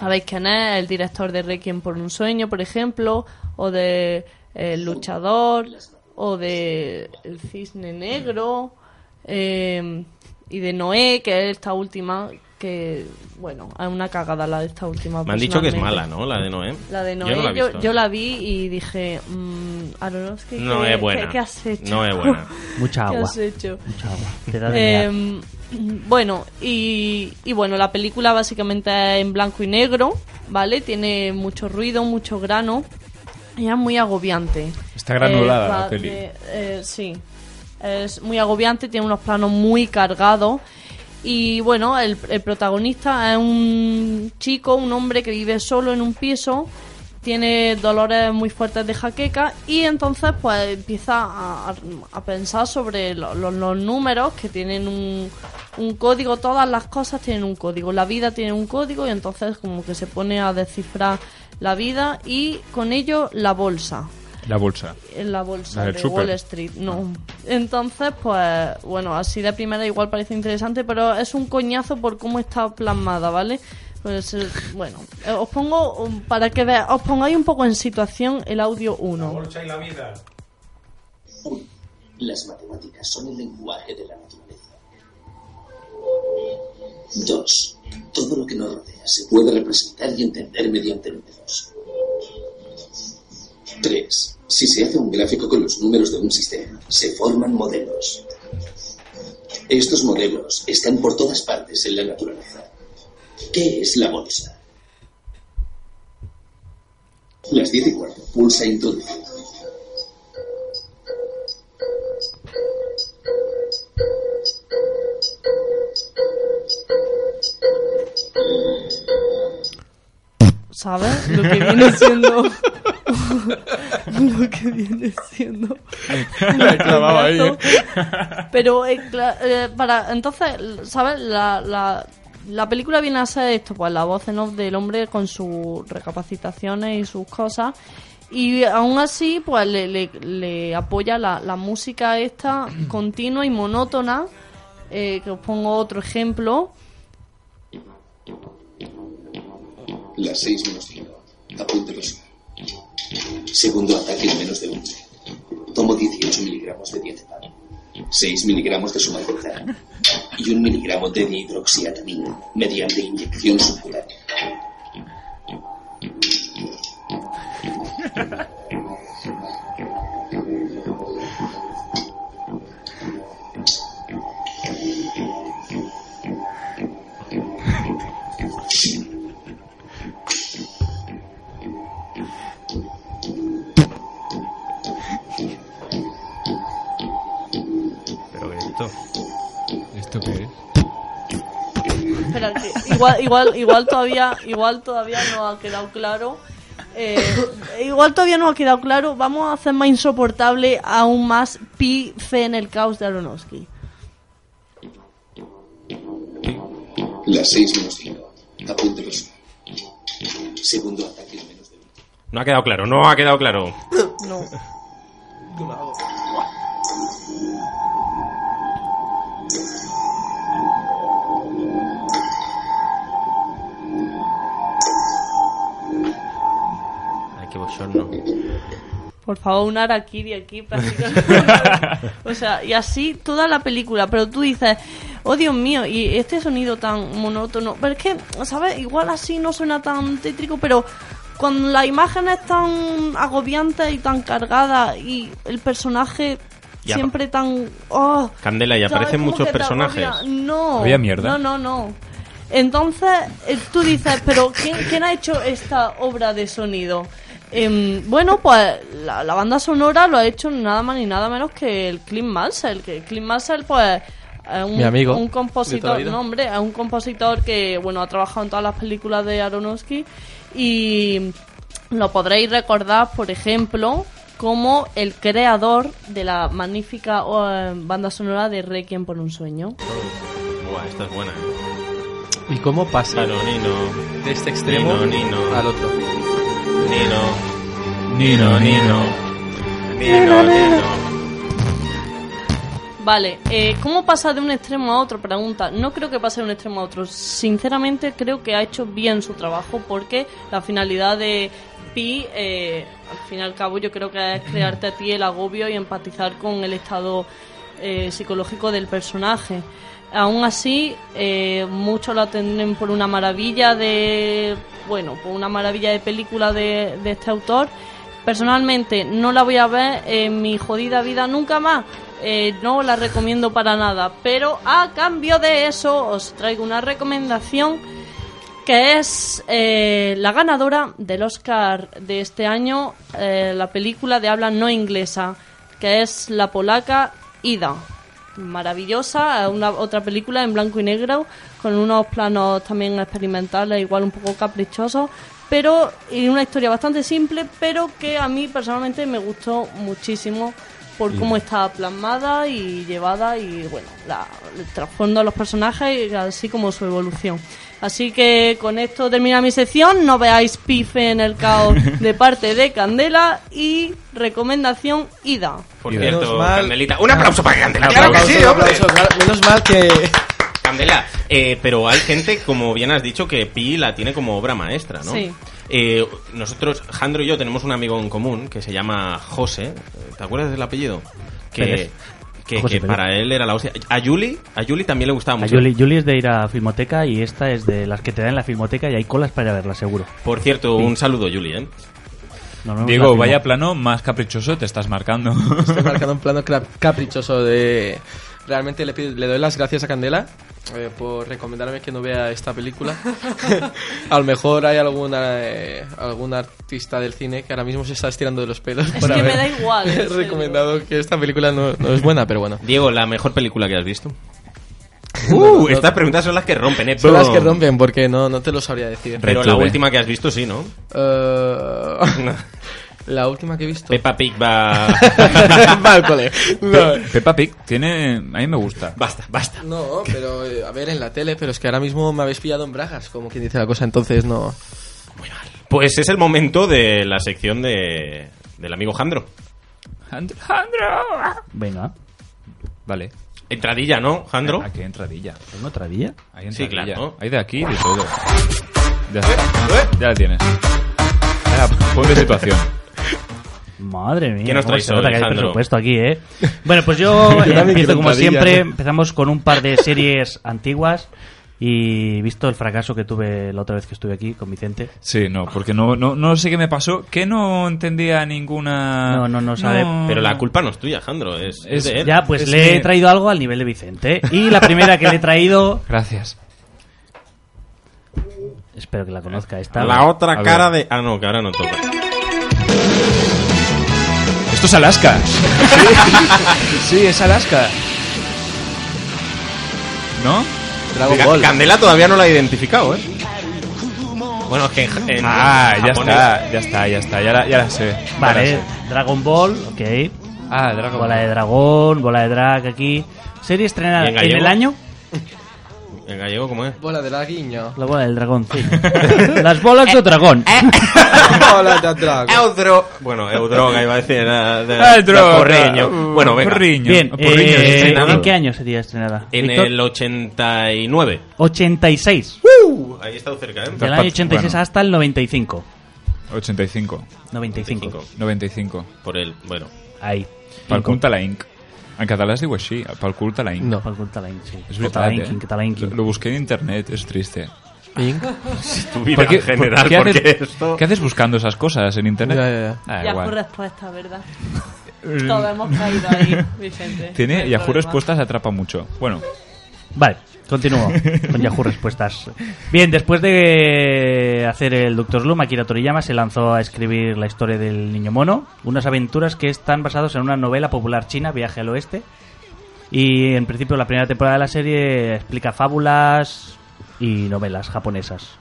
sabéis quién es, el director de Requiem por un sueño, por ejemplo, o de eh, El luchador, o de El cisne negro, eh, y de Noé, que es esta última, que, bueno, es una cagada la de esta última. Me han dicho que es personalmente. mala, ¿no? La de Noé. La de Noé, Yo yo, no la he visto. yo la vi y dije, mm, Aronofsky, ¿qué, No es buena. qué- qué has hecho? No es buena. Mucha ¿Qué agua. has hecho? Mucha agua. Te da de mear. Em, bueno, y, y bueno, la película básicamente es en blanco y negro, ¿vale? Tiene mucho ruido, mucho grano. Y es muy agobiante. Está granulada la va peli. de- eh, sí. Es muy agobiante, tiene unos planos muy cargados. Y bueno, el, el protagonista es un chico, un hombre que vive solo en un piso, tiene dolores muy fuertes de jaqueca y entonces pues empieza a, a pensar sobre lo- lo- los números que tienen un, un código, todas las cosas tienen un código, la vida tiene un código y entonces como que se pone a descifrar la vida y con ello la bolsa La bolsa. en la bolsa La del de súper. Wall Street, no. Entonces, pues bueno, así de primera igual parece interesante, pero es un coñazo por cómo está plasmada, ¿vale? Pues, eh, bueno, eh, os pongo, um, para que veáis, os pongáis un poco en situación el audio 1. y la vida. Las matemáticas son el lenguaje de la naturaleza. 2. Todo lo que nos rodea se puede representar y entender mediante números. 3. Si se hace un gráfico con los números de un sistema, se forman modelos. Estos modelos están por todas partes en la naturaleza. ¿Qué es la bolsa? Las 10 y cuarto. Pulsa introducir. ¿Sabes? Lo que viene siendo. lo que viene siendo. Eh, La he clavado ahí, ¿eh? Pero, eh, cla- eh, para. Entonces, ¿sabes? La, la, la película viene a ser esto: pues la voz en off del hombre con sus recapacitaciones y sus cosas. Y aún así, pues le, le- le apoya la, la música esta continua y monótona. Eh, que os pongo otro ejemplo. Las 6 menos 5. Apúntelos. Segundo ataque en menos de un mes. Tomo 18 miligramos de diazepam, 6 miligramos de sumatriptán y 1 miligramo de dihidroxiatamina mediante inyección subcutánea. Pero esto. ¿Esto qué es? Espera, que igual, igual, igual todavía, igual todavía no ha quedado claro. Eh, igual todavía no ha quedado claro. Vamos a hacer más insoportable aún más Pi Fe en el caos de Aronofsky. Las 6 menos 5. Apúntelos. Segundo ataque en menos de un No ha quedado claro, no ha quedado claro. No. Ay, qué bochorno. Por favor, un Arakiri aquí prácticamente. o sea, y así toda la película. Pero tú dices, oh Dios mío, y este sonido tan monótono. Pero es que, ¿sabes? Igual así no suena tan tétrico, pero cuando la imagen es tan agobiante y tan cargada y el personaje Y apa- siempre tan. Oh, Candela, y ¿sabes? aparecen Como muchos que te personajes. agobia. No. Había mierda. No, no, no. Entonces, eh, tú dices, pero ¿quién, quién ha hecho esta obra de sonido? Em, bueno, pues la, la banda sonora lo ha hecho nada más ni nada menos que el Clint Mansell, que Clint Mansell, pues... es un, Mi amigo un de toda la compositor, vida. no hombre, es un compositor que, bueno, ha trabajado en todas las películas de Aronofsky y lo podréis recordar, por ejemplo, como el creador de la magnífica eh, banda sonora de Requiem por un sueño. Buah, esta es buena. ¿Y cómo pasa? Claro, Nino. De este extremo Nino, Nino. al otro. Nino. Nino, Nino. Nino, Nino. Vale, eh, ¿cómo pasa de un extremo a otro? Pregunta. No creo que pase de un extremo a otro. Sinceramente, creo que ha hecho bien su trabajo porque la finalidad de Pi, eh, al fin y al cabo, yo creo que es crearte a ti el agobio y empatizar con el estado eh, psicológico del personaje. Aún así, eh, muchos la tendrán por una maravilla de. Bueno, por una maravilla de película de, de este autor. Personalmente, no la voy a ver en mi jodida vida nunca más. Eh, no la recomiendo para nada. Pero a cambio de eso, os traigo una recomendación que es eh, la ganadora del Oscar de este año, eh, la película de habla no inglesa, que es la polaca Ida. Maravillosa, eh, una otra película en blanco y negro, con unos planos también experimentales, igual un poco caprichosos, pero y una historia bastante simple, pero que a mí personalmente me gustó muchísimo por Y- cómo está plasmada y llevada y bueno, la, el trasfondo a los personajes y así como su evolución. Así que con esto termina mi sección, no veáis pife en el caos de parte de Candela y recomendación Ida. Por Menos cierto, mal- Candelita. Un aplauso para Candela. Un Claro que aplauso, sí, un hombre. aplauso, claro. Menos mal que. Candela, eh, pero hay gente, como bien has dicho, que Pi la tiene como obra maestra, ¿no? Sí. Eh, nosotros, Jandro y eh, yo, tenemos un amigo en común que se llama José. ¿Te acuerdas del apellido? Que Pérez. que, Ojo, que sí, pero- para él era la hostia. A Yuli, a Yuli también le gustaba A mucho. Julie, Julie es de ir a Filmoteca y esta es de las que te dan en la Filmoteca y hay colas para ir a verla, seguro. Por cierto, un saludo, Yuli, ¿eh? Diego, vaya plano más caprichoso te estás marcando. Estoy marcando un plano cra- caprichoso de... Realmente le, pido- le doy las gracias a Candela eh, por recomendarme que no vea esta película. a lo mejor hay alguna eh, algún artista del cine que ahora mismo se está estirando de los pelos. Es que me da igual, en serio. recomendado que esta película no, no es buena, pero bueno. Diego, la mejor película que has visto. No, no, Uh, no. estas preguntas son las que rompen, ¿eh? Son las que Boom. rompen porque no, no te lo sabría decir. Pero la última que has visto, sí, ¿no? Eh, la última que he visto. Peppa Pig va. Va al cole. No. Pe- Peppa Pig tiene. A mí me gusta. Basta, basta. No, pero eh, a ver en la tele, pero es que ahora mismo me habéis pillado en bragas, como quien dice la cosa, entonces no. Pues es el momento de la sección de, del amigo Jandro. Venga. Vale. Entradilla, ¿no, Jandro? Aquí entradilla. ¿Tengo entradilla? Hay Sí, entradilla. claro. ¿Eh? Hay de aquí y de todo. Ya, está. ya la tienes. Ahora, ponte situación. Madre mía. ¿Qué nos cómo traes se hoy, nota que hay Alejandro? presupuesto aquí, ¿eh? Bueno, pues yo Yo también eh, quiero ¿eh? empiezo como entradilla, siempre. ¿no? Empezamos con un par de series antiguas y visto el fracaso que tuve la otra vez que estuve aquí con Vicente. Sí, no, porque no, no, no sé qué me pasó. Que no entendía ninguna. No, no, no sabe. Pero la culpa no es tuya, Jandro. Es, es de él. ya, pues Es le que- he traído algo al nivel de Vicente. Y la primera que le he traído... Gracias. Espero que la conozca esta. La A otra ver. cara de. Ah, no, que ahora no toca. Esto es Alaska. sí, es Alaska. ¿No? Dragon Ca- Ball. Candela todavía no la ha identificado, ¿eh? Bueno, es que en, en Ah, ya japonés- está, ya está, ya está, ya la, ya la sé. ya la Vale, sé. Dragon Ball, ok. Ah, Dragon bola Ball. de dragón, bola de drag aquí. Serie estrenada ¿Y en en, gallego? el año. ¿En gallego cómo es? Bola de la guiño. La bola del dragón, sí. Las bolas Eh, de dragón. Bola de dragón. Eudro. Bueno, Eudroga iba a decir. eh, de- de Eudroga. Porriño. Bueno, venga. Bien, eh, ¿en qué año sería estrenada? En Víctor? el 89. 86. Ahí he estado cerca, ¿eh? Del año 86 Bueno. hasta el 95. 85. 95. 95. Por el, bueno. Ahí. Pel cul de la Inc. En català es diu així, pel cul de la Inc. No. Pel cul de la Inc, sí. És Pel cul de veritat, la Inc, Inc, de la Inc. eh? Lo busqué en internet, es triste. Inc. Tu vida en general, qué porque haces- esto- ¿Qué haces buscando esas cosas en internet? Ya, ya, ya. Ah, ya igual. es tu respuesta, ¿verdad? Mm. Eh, Todos hemos caído ahí, Vicente. No Tiene hay Yahoo problema. Respuestas atrapa mucho. Bueno, Vale, continúo con Yahoo Respuestas. Bien, después de hacer el Doctor Slump, Akira Toriyama se lanzó a escribir la historia del niño mono, unas aventuras que están basadas en una novela popular china, Viaje al Oeste. Y en principio la primera temporada de la serie explica fábulas y novelas japonesas.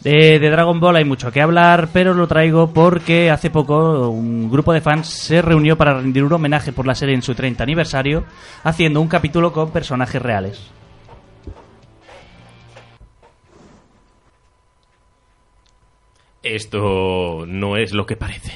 De, de Dragon Ball hay mucho que hablar, pero lo traigo porque hace poco un grupo de fans se reunió para rendir un homenaje por la serie en su 30 aniversario, haciendo un capítulo con personajes reales. Esto no es lo que parece.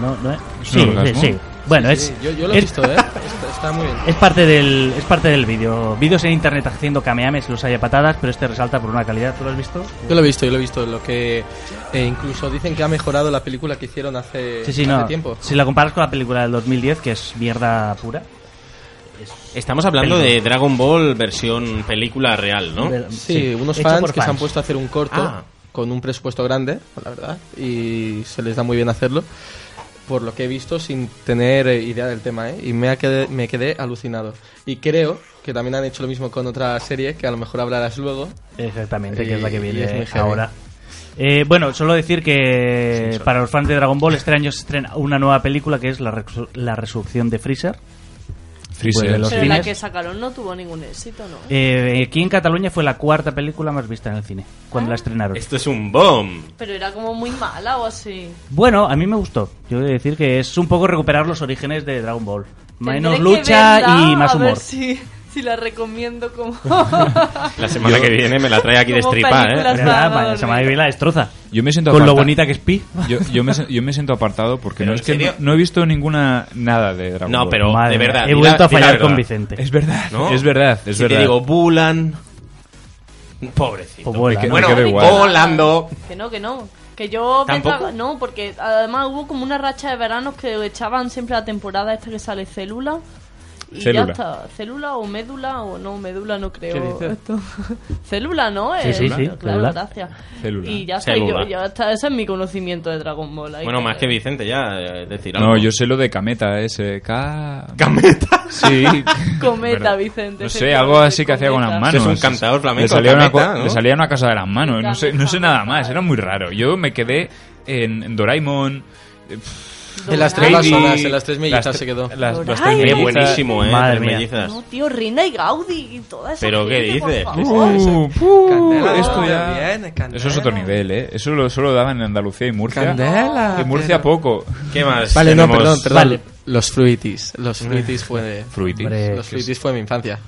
No, no es. ¿Es Sí, un orgasmo? sí, sí. Bueno, Sí, es. sí, yo- yo lo he es, visto, ¿eh? Está- está muy bien. Es parte del, es parte del vídeo. Vídeos en internet haciendo cameames, los hay a patadas, pero este resalta por una calidad. ¿Tú lo has visto? Yo lo he visto, yo lo he visto. Lo que eh, incluso dicen que ha mejorado la película que hicieron hace, Sí, sí, hace no. tiempo. Si la comparas con la película del 2010, que es mierda pura. Estamos hablando de Dragon Ball versión película real, ¿no? Ver- Sí, Sí, unos hecho fans, por que se han fans. puesto a hacer un corto Ah. con un presupuesto grande, la verdad, y se les da muy bien hacerlo. Por lo que he visto, sin tener eh, idea del tema, ¿eh? Y me, ha quedé, me quedé alucinado. Y creo que también han hecho lo mismo con otra serie, que a lo mejor hablarás luego. Este Exactamente, que es la Y- que y viene es muy heavy. ahora. Eh, bueno, solo decir que para los fans de Dragon Ball este año se estrena una nueva película que es La, resu- la Resurrección de Freezer. Freezer. Vuelve a los Pero la cines. que sacaron no tuvo ningún éxito, ¿no? Eh, aquí en Cataluña fue la cuarta película más vista en el cine, Ah. cuando la estrenaron. Esto es un bomb. Pero era como muy mala o así. Bueno, a mí me gustó. Yo he de decir que es un poco recuperar los orígenes de Dragon Ball. Menos Tendré que lucha verla, y más A humor. ver si, si la recomiendo como... La semana que viene me la trae aquí de Como estripa, ¿eh? películas Verdad, para vaya, se me ha ido la destroza. yo me siento Con lo aparta- bonita que es Pi. Yo, yo me, yo me siento apartado porque Pero, no es ¿en que no, serio? no he visto ninguna nada de Dragon No, Ball. pero Madre de mía, verdad. he di la- vuelto a di la fallar verdad. con Vicente. Es verdad, ¿No? es verdad, es Si verdad. te digo Bulan, Pobrecito. Pues vuela, Me ¿no? quedo- Me quedo bueno, igual. volando. Que no, que no. Que yo me ¿Tampoco? traga- No, porque además hubo como una racha de veranos que echaban siempre la temporada esta que sale célula. Y Célula. ya está. Célula o médula o no, médula no creo. ¿Qué dices? Esto. célula, ¿no? Sí, Eh, sí, sí, Claro, célula. gracias. Célula. Y ya está. y Célula. Yo, ya está. Ese es mi conocimiento de Dragon Ball. ahí Bueno, te- más que Vicente, ya eh, decir algo. No, yo sé lo de Cameta, ese. ¿Cameta? Sí. Cometa, Verdad. Vicente. No sé, algo así que hacía con las manos. Es un cantador flamenco, Le salía, una, Cameta, co- ¿no? le salía una cosa de las manos. No sé, no sé nada más. Era muy raro. Yo me quedé en, en Doraemon. eh, pff, En las tres Heidi, personas, en las tres mellizas las tre- se quedó. las- las tres Doraemon. mellizas. Qué buenísimo, ¿eh? Madre Tres mía. mellizas. No, tío, Reina y Gaudi y toda esa ¿Pero qué gente, por dices? favor. Uh, puh, Candela, esto ya- bien, Candela. eso es otro nivel, ¿eh? Eso lo, solo daban en Andalucía y Murcia. Candela, En Murcia poco. ¿Qué más? Vale, no, Tenemos- perdón, perdón. Vale. Los fruitis. Los fruitis fue. Fruitis. Hombre, ¿qué Los es? fruitis fue mi infancia.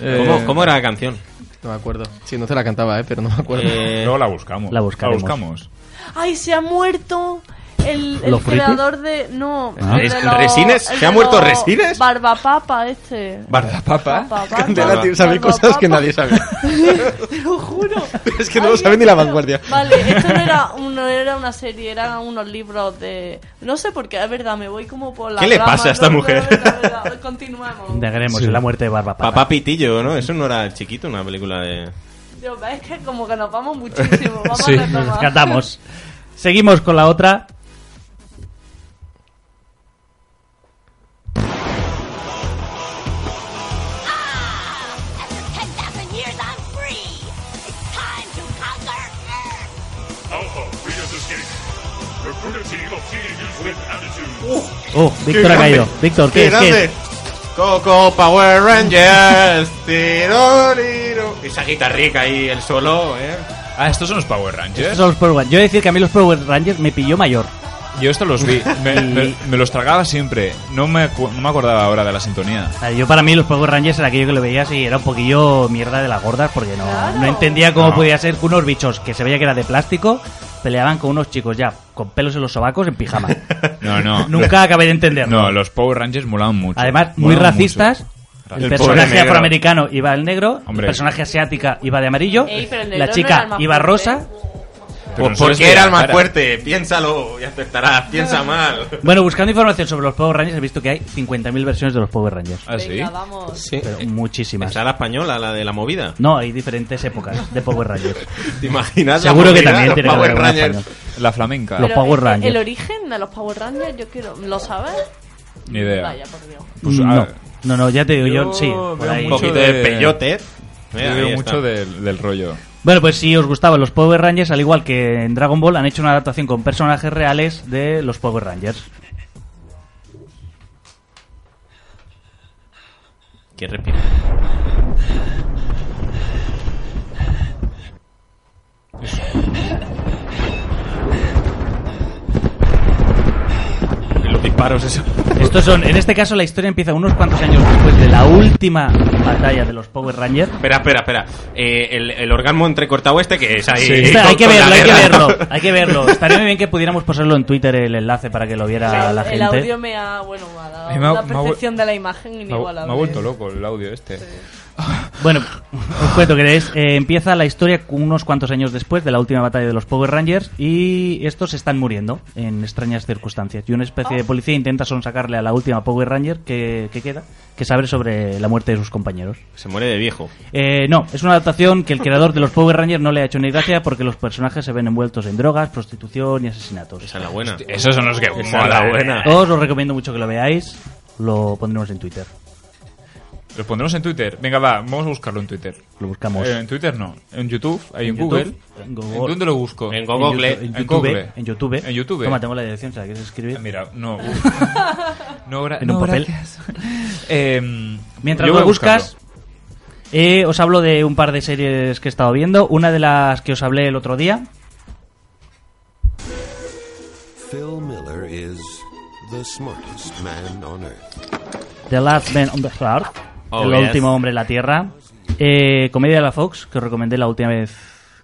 Eh, ¿Cómo, cómo era la canción? No me acuerdo. Sí, no te la cantaba, eh, pero no me acuerdo. Eh, Luego la buscamos. La buscaremos. buscamos. Ay, se ha muerto el, el ¿Los fritos? creador de. No, Ah. el de ¿Res- los- Resines? el ¿Se ha de muerto los Resines? Barbapapa, este. Bardapapa. Bardapapa. Candela tío, sabe Bardapapa. cosas que nadie sabe. Te lo juro. es que no lo sabe ni la vanguardia. Vale, esto no era, un- no era una serie, eran unos libros de. No sé por qué, es verdad, me voy como por la. ¿Qué le pasa a esta mujer? Continuamos. Integremos en la muerte de Barba Papá. Papá Pitillo, ¿no? Eso no era chiquito, una película de... Dios, es que como que nos vamos muchísimo. Vamos Sí, a retomar. rescatamos. Seguimos con la otra. Oh, Víctor ha caído. Víctor, ¿qué es? ¿Qué es? Coco Power Rangers. tiro, tiro. Esa guitarrica ahí, el solo, ¿eh? Ah, estos son los Power Rangers. Estos son los Power Rangers. Yo he de decir que a mí los Power Rangers me pilló mayor. Yo estos los vi. Me, me- me los tragaba siempre. No me, acu- no me acordaba ahora de la sintonía. O sea, Yo para mí los Power Rangers era aquello que lo veías y era un poquillo mierda de las gordas porque no, no entendía cómo No. podía ser que unos bichos que se veía que era de plástico peleaban con unos chicos ya con pelos en los sobacos en pijama. No, no. Nunca acabé de entenderlo. No, los Power Rangers molaban mucho. Además, muy Molaban racistas. mucho. El, El pobre personaje negro. afroamericano iba al negro, Hombre. el personaje asiática iba de amarillo, Ey, pero el negro la no chica era el más iba fuerte. ¿eh? rosa. Pero Pues no porque sabes era de el más cara. fuerte. Piénsalo y aceptarás. Piensa mal. Ah. Bueno, buscando información sobre los Power Rangers he visto que hay 50.000 versiones de los Power Rangers. ¿Ah, sí? Venga, vamos. Pero muchísimas. Esa la española, la de la movida. No, hay diferentes épocas de Power Rangers. ¿Te imaginas? la Seguro que movida, también pues los tiene que Power haber alguna Rangers. española. La flamenca. Los Pero Power es que Rangers. El origen de los Power Rangers, yo quiero. ¿Lo sabes? Ni idea. Vaya, por Dios. Pues, no. ah, no, no, ya te digo yo, yo sí. veo por ahí. Un poquito de, peyote. Yo Eh, veo ahí está. mucho del, del rollo. Bueno, pues si os gustaban los Power Rangers, al igual que en Dragon Ball, han hecho una adaptación con personajes reales de los Power Rangers. Que respira. Los Pues disparos, eso. Estos son, en este caso, la historia empieza unos cuantos años después de la última batalla de los Power Rangers. Espera, espera, espera. Eh, el, el orgasmo entrecortado este que es ahí. Espera, hay con- que con la verlo, hay que guerra, ¿no? verlo, hay que verlo. Estaría muy bien que pudiéramos ponerlo en Twitter el enlace para que lo viera la El gente. audio me ha. Bueno, me ha dado Eh, me ha- una me ha vu- percepción de la imagen Me ha, inigualable. me ha vuelto loco el audio este. Bueno, os cuento que es, eh, empieza la historia unos cuantos años después de la última batalla de los Power Rangers y estos están muriendo en extrañas circunstancias. Y una especie de policía intenta sonsacarle a la última Power Ranger que, que queda, que sabe sobre la muerte de sus compañeros. Se muere de viejo. Eh, no, es una adaptación que el creador de los Power Rangers no le ha hecho ni gracia porque los personajes se ven envueltos en drogas, prostitución y asesinatos. Esa es la buena. Esos son los que Esa es molan, la eh. buena. Os lo recomiendo mucho que lo veáis. Lo pondremos en Twitter. Los pondremos en Twitter. Venga, va, vamos a buscarlo en Twitter. Lo buscamos. Eh, en Twitter no. En YouTube, ahí en, YouTube, Google. en Google. ¿Dónde lo busco? En Google. En, En YouTube, Google. en YouTube. En YouTube. Ah, Toma, tengo la dirección, si la quieres escribir. Mira, no. no, gra- En un no, papel. gracias. Em, Mientras yo lo voy a buscas, buscarlo. eh, os hablo de un par de series que he estado viendo. Una de las que os hablé el otro día, Phil Miller is the smartest man on earth. The Last Man on the Earth, Oh, El yes. último hombre en la Tierra. Eh, comedia de la Fox, que os recomendé la última vez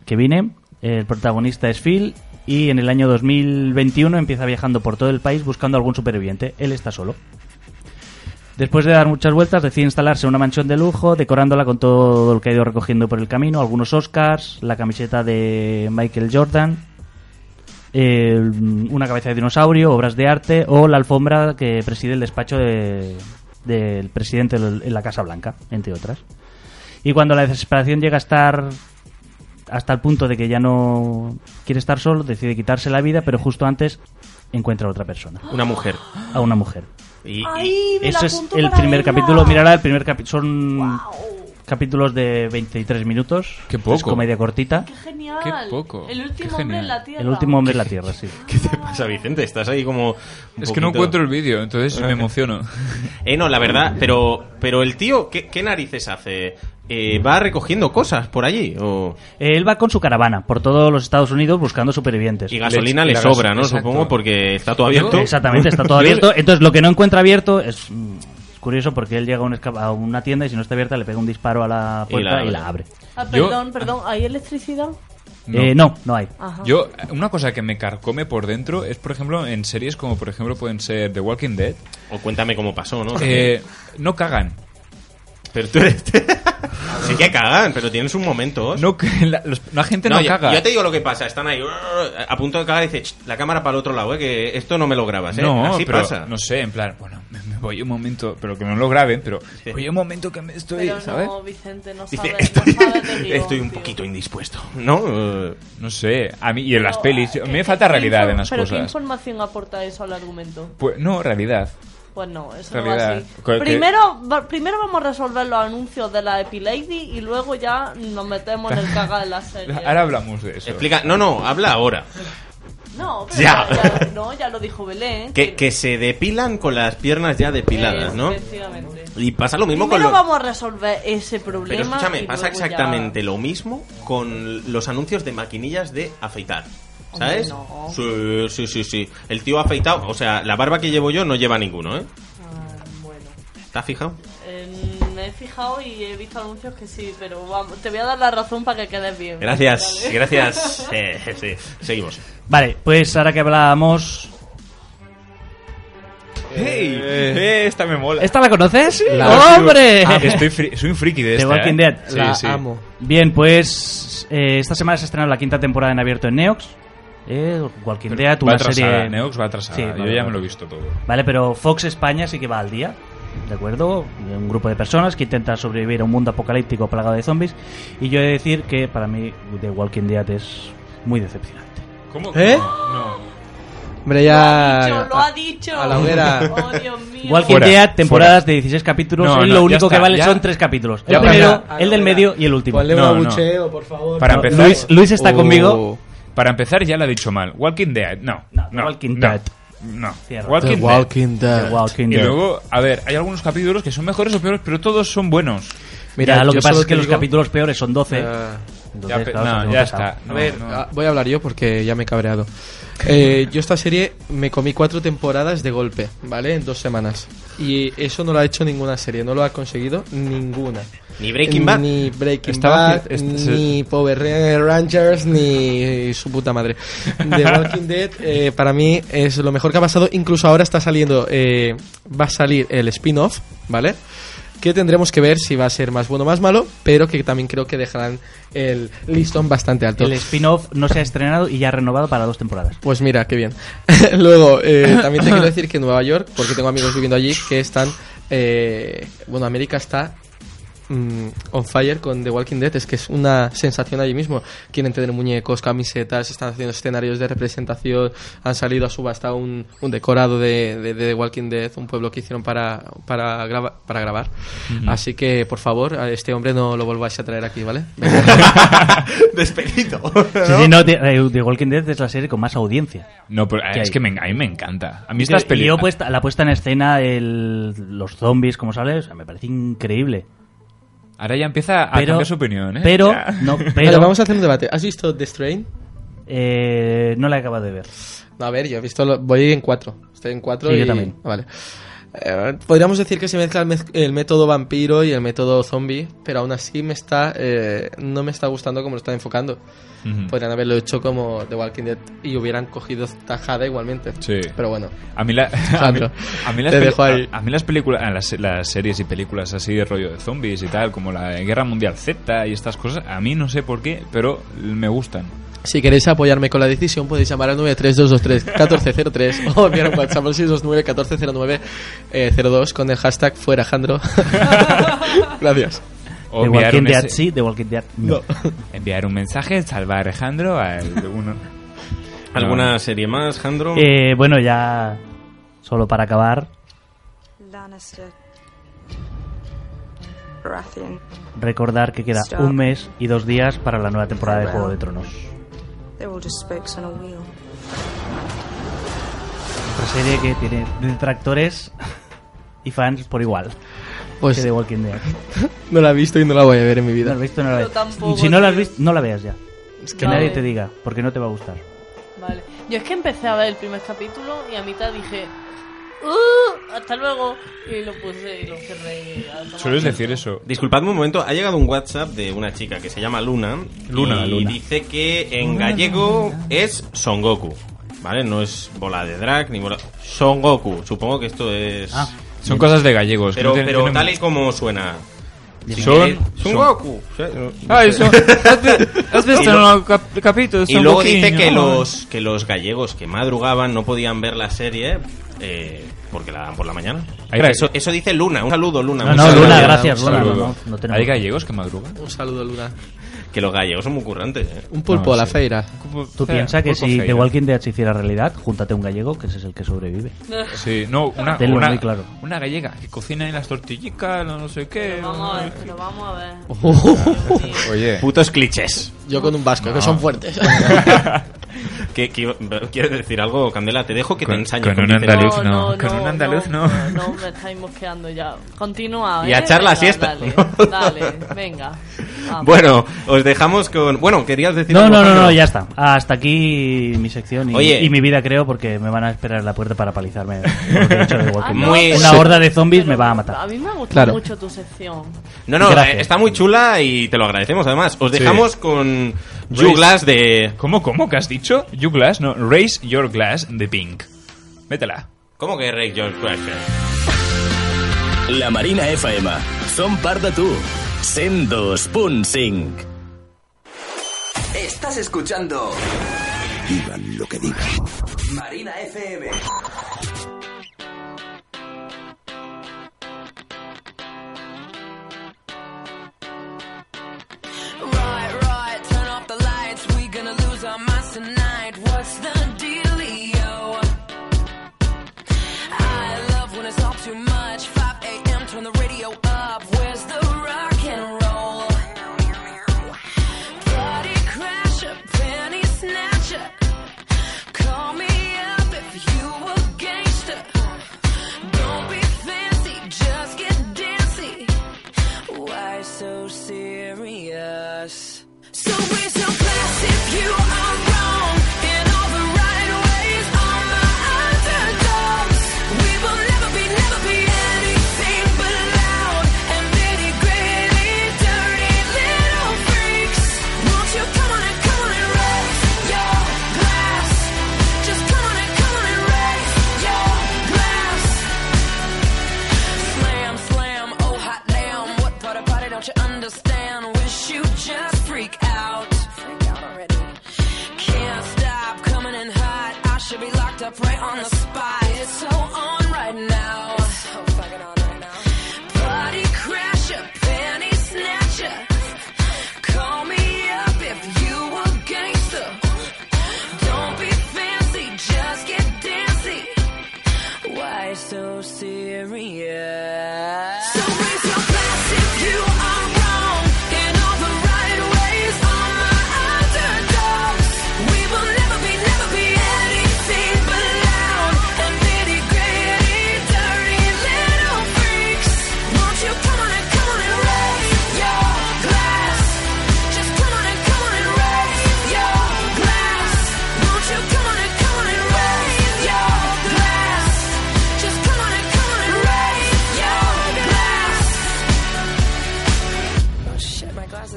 que vine. El protagonista es Phil y en el año 2021 empieza viajando por todo el país buscando algún superviviente. Él está solo. Después de dar muchas vueltas, decide instalarse en una mansión de lujo, decorándola con todo lo que ha ido recogiendo por el camino, algunos Oscars, la camiseta de Michael Jordan, eh, una cabeza de dinosaurio, obras de arte o la alfombra que preside el despacho de- del presidente en la Casa Blanca, entre otras. Y cuando la desesperación llega a estar hasta el punto de que ya no quiere estar solo, decide quitarse la vida, pero justo antes encuentra a otra persona. Una mujer. A una mujer. Y, Ay, me la Ese es apunto el para primer verla. capítulo. Mirará el primer capítulo. Son capítulos de 23 minutos. Qué poco. Es comedia cortita. Genial. Qué poco. El último Qué hombre en genial. la tierra. El último hombre en la tierra, sí. ¿Qué te pasa, Vicente? Estás ahí como. un Es que no poquito- encuentro el vídeo, entonces me emociono. Eh, no, la verdad, pero, pero el tío, ¿qué, qué narices hace? Eh, ¿Va recogiendo cosas por allí? ¿O Él va con su caravana por todos los Estados Unidos buscando supervivientes. y gasolina le la gas- sobra, no? Exacto. Supongo, porque está todo abierto. Exactamente, está todo abierto. Entonces, lo que no encuentra abierto es, mm, es curioso porque él llega a, un esca- a una tienda y si no está abierta le pega un disparo a la Y puerta la y la, abre. abre. Ah, Yo- perdón, perdón. ¿Hay electricidad? Eh, no, no hay. Ajá. Yo, una cosa que me carcome por dentro es, por ejemplo, en series como, por ejemplo, pueden ser The Walking Dead. O cuéntame cómo pasó, ¿no? Eh, no cagan. Pero tú eres... sí que cagan, pero tienes un momento. No, que la, los- la gente no, yo, caga. yo te digo lo que pasa. Están ahí "Urr", a punto de cagar y dice, "Ch, la cámara para el otro lado, eh, que esto no me lo grabas. ¿eh? No, Así pero pasa. no sé, en plan, bueno, me, me voy un momento, pero que no lo graben, pero oye, un momento que me estoy, Pero ¿sabes? no, Vicente, no Dice, sabe, estoy, no sabe de guión, estoy un tío. poquito indispuesto. No, eh, no sé, a mí y en las pelis, a mí me falta ¿Qué realidad info- en las ¿Pero qué cosas. información aporta eso al argumento? Pues no, realidad. Pues no, eso no va Realidad. así. Co- que- Primero, va- primero vamos a resolver los anuncios de la Epilady y luego ya nos metemos en el caga de la serie. Ahora hablamos de eso. Explica, no, no, habla ahora. No, pero Ya. ya. ya- no, ya lo dijo Belén. Que, que se depilan con las piernas ya depiladas, ¿no? Efectivamente. Y pasa lo mismo con Primero los... vamos a resolver ese Pero problema. escúchame, y pasa luego ya- exactamente lo mismo con los anuncios de maquinillas de afeitar. Hombre, ¿Sabes? Sí, sí, sí, sí. El tío afeitado, o sea, la barba que llevo yo no lleva ninguno, ¿eh? ¿Estás fijado? Ah, Eh, me he fijado y he visto anuncios que sí, pero vamos, te voy a dar la razón para que quedes bien. Gracias, Vale. gracias. Eh, sí. Seguimos. Vale, pues ahora que hablábamos. ¡Hey! Eh, esta me mola. ¿Esta la conoces? ¡Oh, La- ¡Hombre! Ah, estoy fri- soy un friki de The esta, Walking eh. Dead. Sí, La sí. amo. Bien, pues eh, esta semana se ha estrenado la quinta temporada en abierto en Neox. Eh, Walking Pero Dead, va una atrasada, serie. Neox va atrasada, yo vale, ya vale. me lo he visto todo. Vale, pero Fox España sí que va al día. ¿De acuerdo? Un grupo de personas que intentan sobrevivir a un mundo apocalíptico plagado de zombies. Y yo he de decir que para mí The Walking Dead es muy decepcionante. ¿Cómo? ¿Eh? Hombre, ya. Lo ha dicho, lo ha dicho. A la hoguera. Oh, Dios mío. Walking Fuera, Dead, fuera. temporadas de 16 capítulos. No, él no, lo ya único está, que vale ya. son tres capítulos. Ya El para- primero, a la el del hoguera. medio y el último. Oh. Ponle No, un no. abucheo, por favor. Para No, empezar, Luis- Luis está conmigo. Para empezar ya la he dicho mal. Walking Dead, no. No, Walking Dead. No. Cierra. Walking, The Dead. Walking Dead. The Walking y Dead. luego, a ver, hay algunos capítulos que son mejores o peores, pero todos son buenos. Mira, lo que pasa es que los capítulos capítulos peores son 12. Ah. Ya, Entonces, pe- claro, se no, hace muy ya pesado. está. No, A ver, no. ah, voy a hablar yo porque ya me he cabreado. Eh, yo esta serie me comí cuatro temporadas de golpe, ¿vale? En dos semanas. Y eso no lo ha hecho ninguna serie, no lo ha conseguido ninguna. Ni Breaking Bad. Ni Breaking Estaba- Bad, est- se- ni Power Rangers, ni su puta madre. The Walking Dead, eh, para mí, es lo mejor que ha pasado. Incluso ahora está saliendo, eh, va a salir el spin-off, ¿vale? que tendremos que ver si va a ser más bueno o más malo, pero que también creo que dejarán el listón bastante alto. El spin-off no se ha estrenado y ya ha renovado para dos temporadas. Pues mira, qué bien. Luego, eh, también te quiero decir que en Nueva York, porque tengo amigos viviendo allí, que están... eh, bueno, América está mm, on fire con The Walking Dead, es que es una sensación allí mismo. Quieren tener muñecos, camisetas, están haciendo escenarios de representación, han salido a subasta un, un decorado de, de- de The Walking Dead, un pueblo que hicieron para, para, grava- para grabar. Ujú. Así que, por favor, a este hombre no lo volváis a traer aquí, ¿vale? Despedido. Sí, sí, no, The, eh, The Walking Dead es la serie con más audiencia. No, pero eh, ¿Qué es hay? que me, a mí me encanta. A mí Y estas yo- y yo películas... puesta- la puesta en escena, el- los zombies, como sale, o sea, me parece increíble. Ahora ya empieza a Pero- cambiar Ah, su opinión, ¿eh? pero- Ya. no, pero- Vale, vamos a hacer un debate. ¿Has visto The Strain? Eh, no la he acabado de ver. No, a ver, yo he visto. lo- voy en cuatro. Estoy en cuatro Sí, y. yo también. Vale. Eh, Podríamos decir que se mezcla el, mez- el método vampiro y el método zombie, pero aún así me está, eh, no me está gustando como lo están enfocando. Ujú. Podrían haberlo hecho como The Walking Dead y hubieran cogido tajada igualmente. Sí. Pero bueno. A mí, la- a mí, Sandro, a mí las, te peli- dejo ahí. a- a mí las películas, ah, las, las series y películas así de rollo de zombies y tal, como la Guerra Mundial Z y estas cosas, a mí no sé por qué, pero me gustan. Si queréis apoyarme con la decisión, podéis llamar al 93223-1403 o enviar un WhatsApp al 629-1409-02 eh, con el hashtag fuera Jandro. Gracias. O The Walking enviar un Dead ese- sí, The Walking Dead no. Enviar un mensaje, salva a Alejandro, a el- uno. ¿Alguna No. serie más, Jandro? Eh, bueno, ya solo para acabar, Lannister. Baratheon. recordar que queda Stop. un mes y dos días para la nueva temporada de Juego de Tronos. They're all just spokes on a wheel. Otra serie que tiene detractores y fans por igual. Pues- Que The Walking Dead. No la he visto y no la voy a ver en mi vida. No la has visto, no la Yo ves. tampoco, Si no la has tío. visto, no la veas ya. que no. nadie Vale. te diga, porque no te va a gustar. Vale. Yo es que empecé a ver el primer capítulo y a mitad dije. "Uh, hasta luego. Y lo puse y lo cerré. y a tomar Sueles por decir eso. Disculpadme un momento, ha llegado un WhatsApp de una chica que se llama Luna. Luna, y Luna. dice que en gallego pues es Son Goku. ¿Vale? No es bola de drag ni bola. Son Goku. Supongo que esto es. Ah. Son cosas de gallegos, que Pero, no tienen- pero tienen- tal y como suena. Si Son- queréis- Eh, son- Son Goku. Ay, son- ¿has vi- has visto Y lo- el cap- capítulo de Y Son luego Goku? dice que No. los, que los gallegos que madrugaban no podían ver la serie eh, porque la dan por la mañana. Hay- Eso, eso dice Luna. Un saludo, Luna. No, Un no, saludo. Luna, gracias, Un Luna, saludo. no, no, no tenemos. ¿Hay gallegos que madrugan? Un saludo, Luna. Que los gallegos son muy currantes, ¿eh? Un pulpo a la feira. Tú piensas que si The Walking Dead se hiciera realidad, júntate a un gallego, que ese es el que sobrevive. Sí, no, una, Tenlo una- muy claro. una gallega que cocina en las tortillicas, no, no sé qué. Vamos a ver, pero vamos a ver. Oh. Oye. Putos clichés. Yo con un vasco, que son fuertes. ¿Qué, qué- quieres decir algo, Candela? Te dejo que te ensañe. con un Vicente. andaluz, no. Con un andaluz, no. No, me estáis mosqueando ya. Continúa. Y a ¿eh? echar la Venga, siesta. Dale, dale, venga. Vamos. Bueno, os dejamos con... Bueno, querías decir No, algo, no, no, Jandro? no, ya está. Hasta aquí mi sección y, Oye. y mi vida, creo, porque me van a esperar en la puerta para palizarme. por lo que he hecho de Walking Dead. Ah, Muy- Una horda de zombies me va a matar. A mí me ha gustado Claro. mucho tu sección. No, no, Gracias. eh, está muy chula y te lo agradecemos además. Os Sí. dejamos con You Raise- Glass de... ¿Cómo, cómo? ¿Qué has dicho? You Glass, no. Raise Your Glass de Pink. Métela. ¿Cómo que Rey George Crusher? La Marina FM. Som part de tu. 102.5. Estás Oh, escuchando Digan lo que digan. Marina FM. Right, right, turn off the lights. We gonna lose our minds tonight. What's the dealio? I love when it's all too much. 5 a.m. Turn the radio up. Where's the rock and roll? Body crasher, penny snatcher. Call me up if you a gangster. Don't be fancy, just get dancy. Why so serious? So raise your glass if you are wrong in all the right ways. All my underdogs, we will never be, never be anything but loud and nitty gritty, dirty little freaks. Won't you come on and come on and raise your glass? Just come on and come on and raise your glass. Slam, slam, oh hot damn. What part of body don't you understand? Wish you just freak out. Freak out already. Can't stop coming in hot. I should be locked up right on the spot. It's so on right now. so fucking on right now. Body crasher, panty snatcher. Call me up if you a gangster. Don't be fancy, just get dancy. Why so serious? So raise your glass if you are wrong in all the right ways. All my underdogs, we will never be, never be anything but loud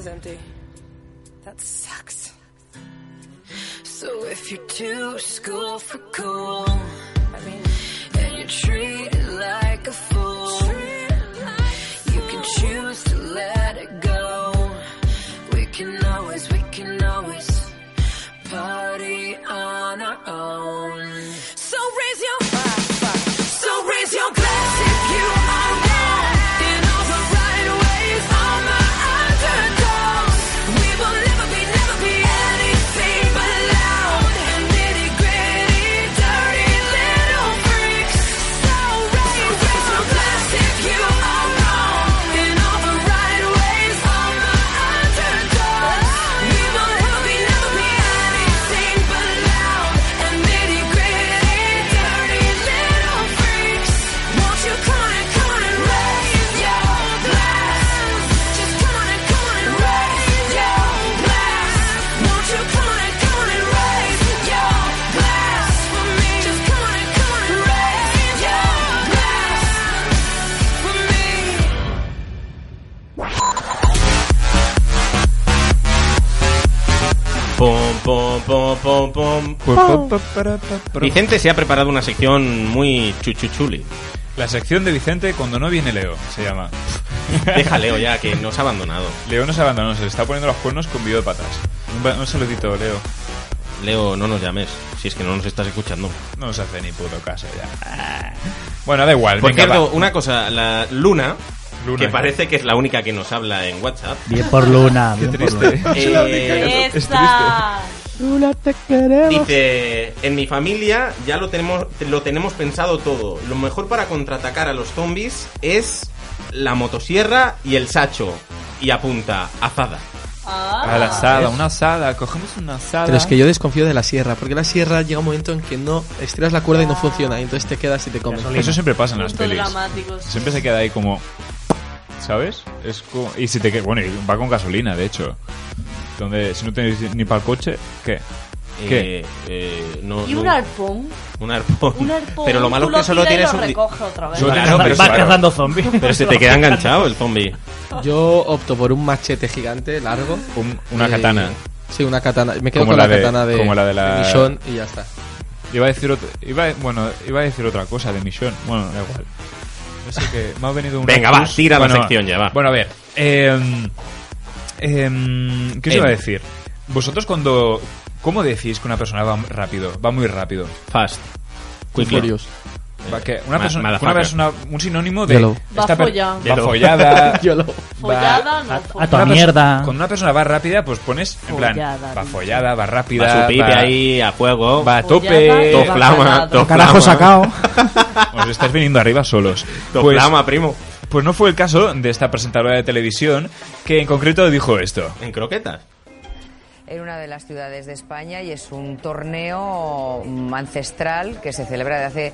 Oh, Andy. That sucks. So if you're too school for cool, and you're treated like a fool, you can choose to let it go. We can always, we can always party on our own. So raise your so raise your glass if you are one. In all the right ways, all my underdogs. We will never be, never be anything but loud and nitty gritty, dirty little freaks. So raise, raise your glass if you are wrong. In all the right ways, all my underdogs. We will never be, never be anything but loud and nitty gritty, dirty little freaks. Won't you come on and come on and raise your glass? Just come on and come on and raise your glass. Won't you come on and come on and raise your glass for me? Just come on and come on and raise your glass for me. Pom, pom, pom, pom, pom. Vicente se ha preparado una sección muy chuchuchuli. La sección de Vicente cuando no viene Leo, se llama. Deja a Leo ya, que nos ha abandonado. Leo nos abandonó, se le está poniendo los cuernos con video de patas. Un, ba- un saludito, Leo. Leo, no nos llames, si es que no nos estás escuchando. No nos hace ni puto caso ya. Bueno, da igual. Por venga, cierto, va. una cosa, la Luna, Luna, que ¿eh? parece que es la única que nos habla en WhatsApp. Bien por Luna, Qué bien por triste. Luna. Eh, Dice, en mi familia ya lo tenemos, lo tenemos pensado todo. Lo mejor para contraatacar a los zombies es la motosierra y el sacho. Y apunta, azada. Ah. Ah. A la asada, una asada, cogemos una asada. Pero es que yo desconfío de la sierra, porque la sierra llega un momento en que no estiras la cuerda y no funciona, y entonces te quedas y te comes. Eso siempre pasa en las Punto pelis. dramático, sí. Siempre se queda ahí como. ¿Sabes? Es co- Y si te que- Bueno, y va con gasolina, de hecho. Donde si no tenéis ni para el coche, ¿qué? ¿Qué? Eh, eh, no, ¿Y no- un arpón? Un arpón. Un arpón, Pero lo malo tú es que lo solo tiras y tienes lo un. di- recoges otra vez. Solo Vas tienes- cazando- pero- vas cazando zombies. Pero se te queda enganchado el zombie. Yo opto por un machete gigante, largo. Eh, una katana. Sí, una katana. Me quedo Como con la la, de- katana de, como la de la- Michonne y ya está. Iba a decir otra, iba, bueno, iba a decir otra cosa de misión. Bueno, da igual. No sé qué, me ha venido un Venga, va, lapsus. tira la Bueno, sección ya, va. Bueno, a ver. em, em, ¿Qué os Em. iba a decir? Vosotros cuando... ¿Cómo decís que una persona va rápido? Va muy rápido. Fast. Quickly. Furious. Va que una Ma- persona, motherfucker. una persona, un sinónimo de... Yellow. Va esta per- follada. Va Yellow. follada. Yellow. Follada, no, follada. Una perso- mierda. Cuando una persona va rápida, pues pones en plan... Follada, va dice. follada, va rápida. Va su pipe va- ahí a fuego. Va a Follada tope. y Pues va cagada. flama. ¿eh? Os estáis viniendo arriba solos. Toflama, primo. Pues no fue el caso de esta presentadora de televisión que en concreto dijo esto. En croquetas. en una de las ciudades de España y es un torneo mm, ancestral que se celebra de hace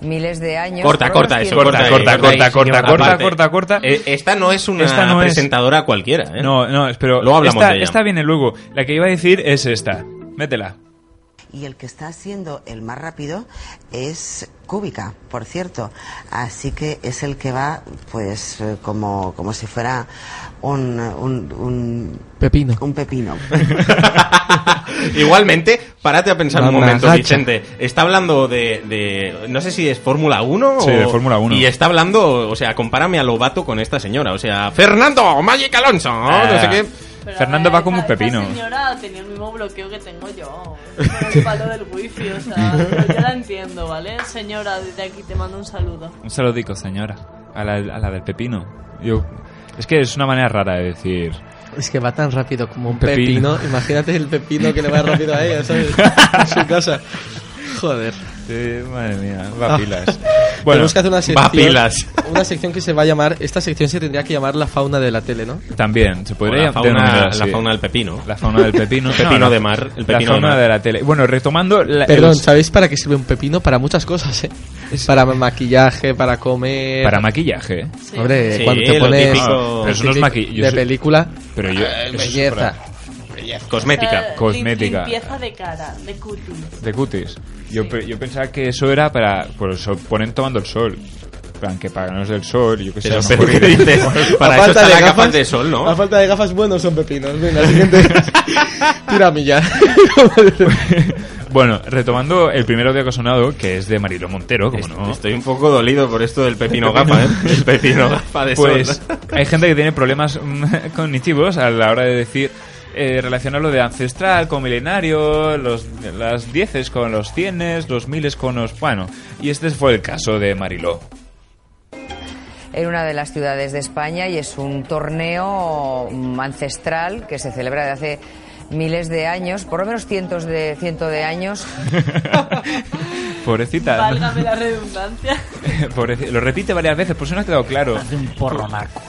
miles de años. Corta, Por corta los eso. tiempos- Corta, ahí, corta, corta, ahí. corta, corta, Aparte, corta, corta. eh, Esta no es una Esta no es- presentadora cualquiera, ¿eh? No, no, pero Luego hablamos esta, de ella. esta viene luego. La que iba a decir es esta. Métela. Y el que está siendo el más rápido es Cúbica, por cierto. Así que es el que va, pues, eh, como, como si fuera un, un, un pepino. Un pepino. Igualmente, párate a pensar La un momento, rajacha. Vicente. Está hablando de, de- No sé si es Fórmula 1 Sí, o. de Fórmula 1. Y está hablando, o sea, compárame a Lobato con esta señora. O sea, Fernando, Magic Alonso, Ah. no sé qué. Pero Fernando a ver, va como un esta- esta pepino. señora tenía el mismo bloqueo que tengo yo. Por el palo del wifi, o sea, yo ya la entiendo, ¿vale? Señora, desde aquí te mando un saludo. Un saludico, señora. A la, a la del pepino. Yo, es que es una manera rara de decir. Es que va tan rápido como un Pepino. pepino. Imagínate el pepino que le va rápido a ella, ¿sabes? A su casa. Joder. Eh, madre mía, va Ah. pilas. Tenemos que hacer una sección. va pilas. Una sección que se va a llamar. Esta sección se tendría que llamar la fauna de la tele, ¿no? También, se podría O la fauna- denominar la así. fauna del pepino. La fauna del pepino. El pepino de mar, el pepino la fauna de de, mar. la tele. Bueno, retomando. la- Perdón, el- ¿sabéis para qué sirve un pepino? Para muchas cosas, ¿eh? Para maquillaje, para comer. Para maquillaje. Hombre, cuando te pones. Ah, pero eso no es típico maquillaje. De película. Pero yo. Eh, eso es belleza. para- O sea, Cosmética. lim- Eh, Limpieza de cara, de cutis. De cutis. Yo, pe- yo pensaba que eso era para. Por el sol. Ponen tomando el sol. plan que para los del sol, yo qué sé. Pero- a lo pero mejor ¿qué ir- dices? Para A eso falta está de la gafas- capa de sol, ¿no? A falta de gafas, buenos son pepinos. Venga, siguiente. Tira a mí ya. Bueno, retomando el primer audio que ha sonado, que es de Marilo Montero, como no. Estoy un poco dolido por esto del pepino gafa, ¿eh? El pepino gafa de sol. Pues hay gente que tiene problemas mm, cognitivos a la hora de decir, eh, relacionar lo de ancestral con milenario, los, las dieces con los cienes, los miles con los... Bueno, y este fue el caso de Mariló. en una de las ciudades de España y es un torneo mm, ancestral que se celebra de hace miles de años, por lo menos cientos de ciento de años. Pobrecita. Válgame la redundancia. Pobreci- Lo repite varias veces, por si no ha quedado claro. un porro, Marco.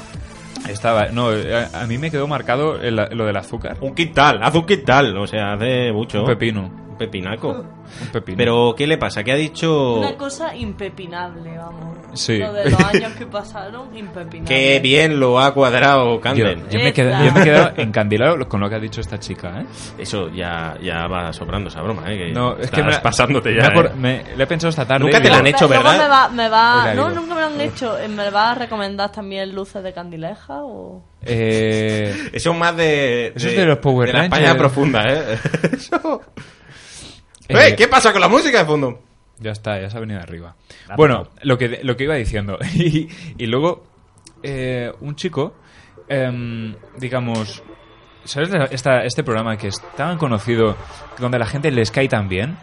Estaba, no, eh, a, a mí me quedó marcado el- lo del azúcar. Un quital, haz un quital, o sea, hace mucho. Un pepino. Un pepinaco. pepino. Pero, ¿qué le pasa? ¿Qué ha Oh. dicho...? Una cosa impepinable, vamos. Sí. Lo de los años que pasaron, impepinable. Qué bien lo ha cuadrado Candel. Yo, yo me he quedado- yo me he quedado encandilado con lo que ha dicho esta chica, ¿eh? Eso ya, ya va sobrando esa broma, ¿eh? Que No, es que estás me- pasándote me ya. acor- ¿eh? me- le he pensado esta tarde. Nunca te y la digo, han hecho, Luego me va, me va, Oiga, no, digo, nunca me lo han hecho. Eh, ¿Me va a recomendar también luces de candileja o...? eh, Eso es más de... Eso es de los Power de la Rangers. España profunda, ¿eh? Eso. Eh, Eh, ¿Qué pasa con la música de fondo? Ya está, ya se ha venido arriba. La bueno, lo que, lo que iba diciendo. Y, y luego, eh, un chico, em, digamos, ¿sabes la- esta- este programa que es tan conocido, donde a la gente les cae tan bien?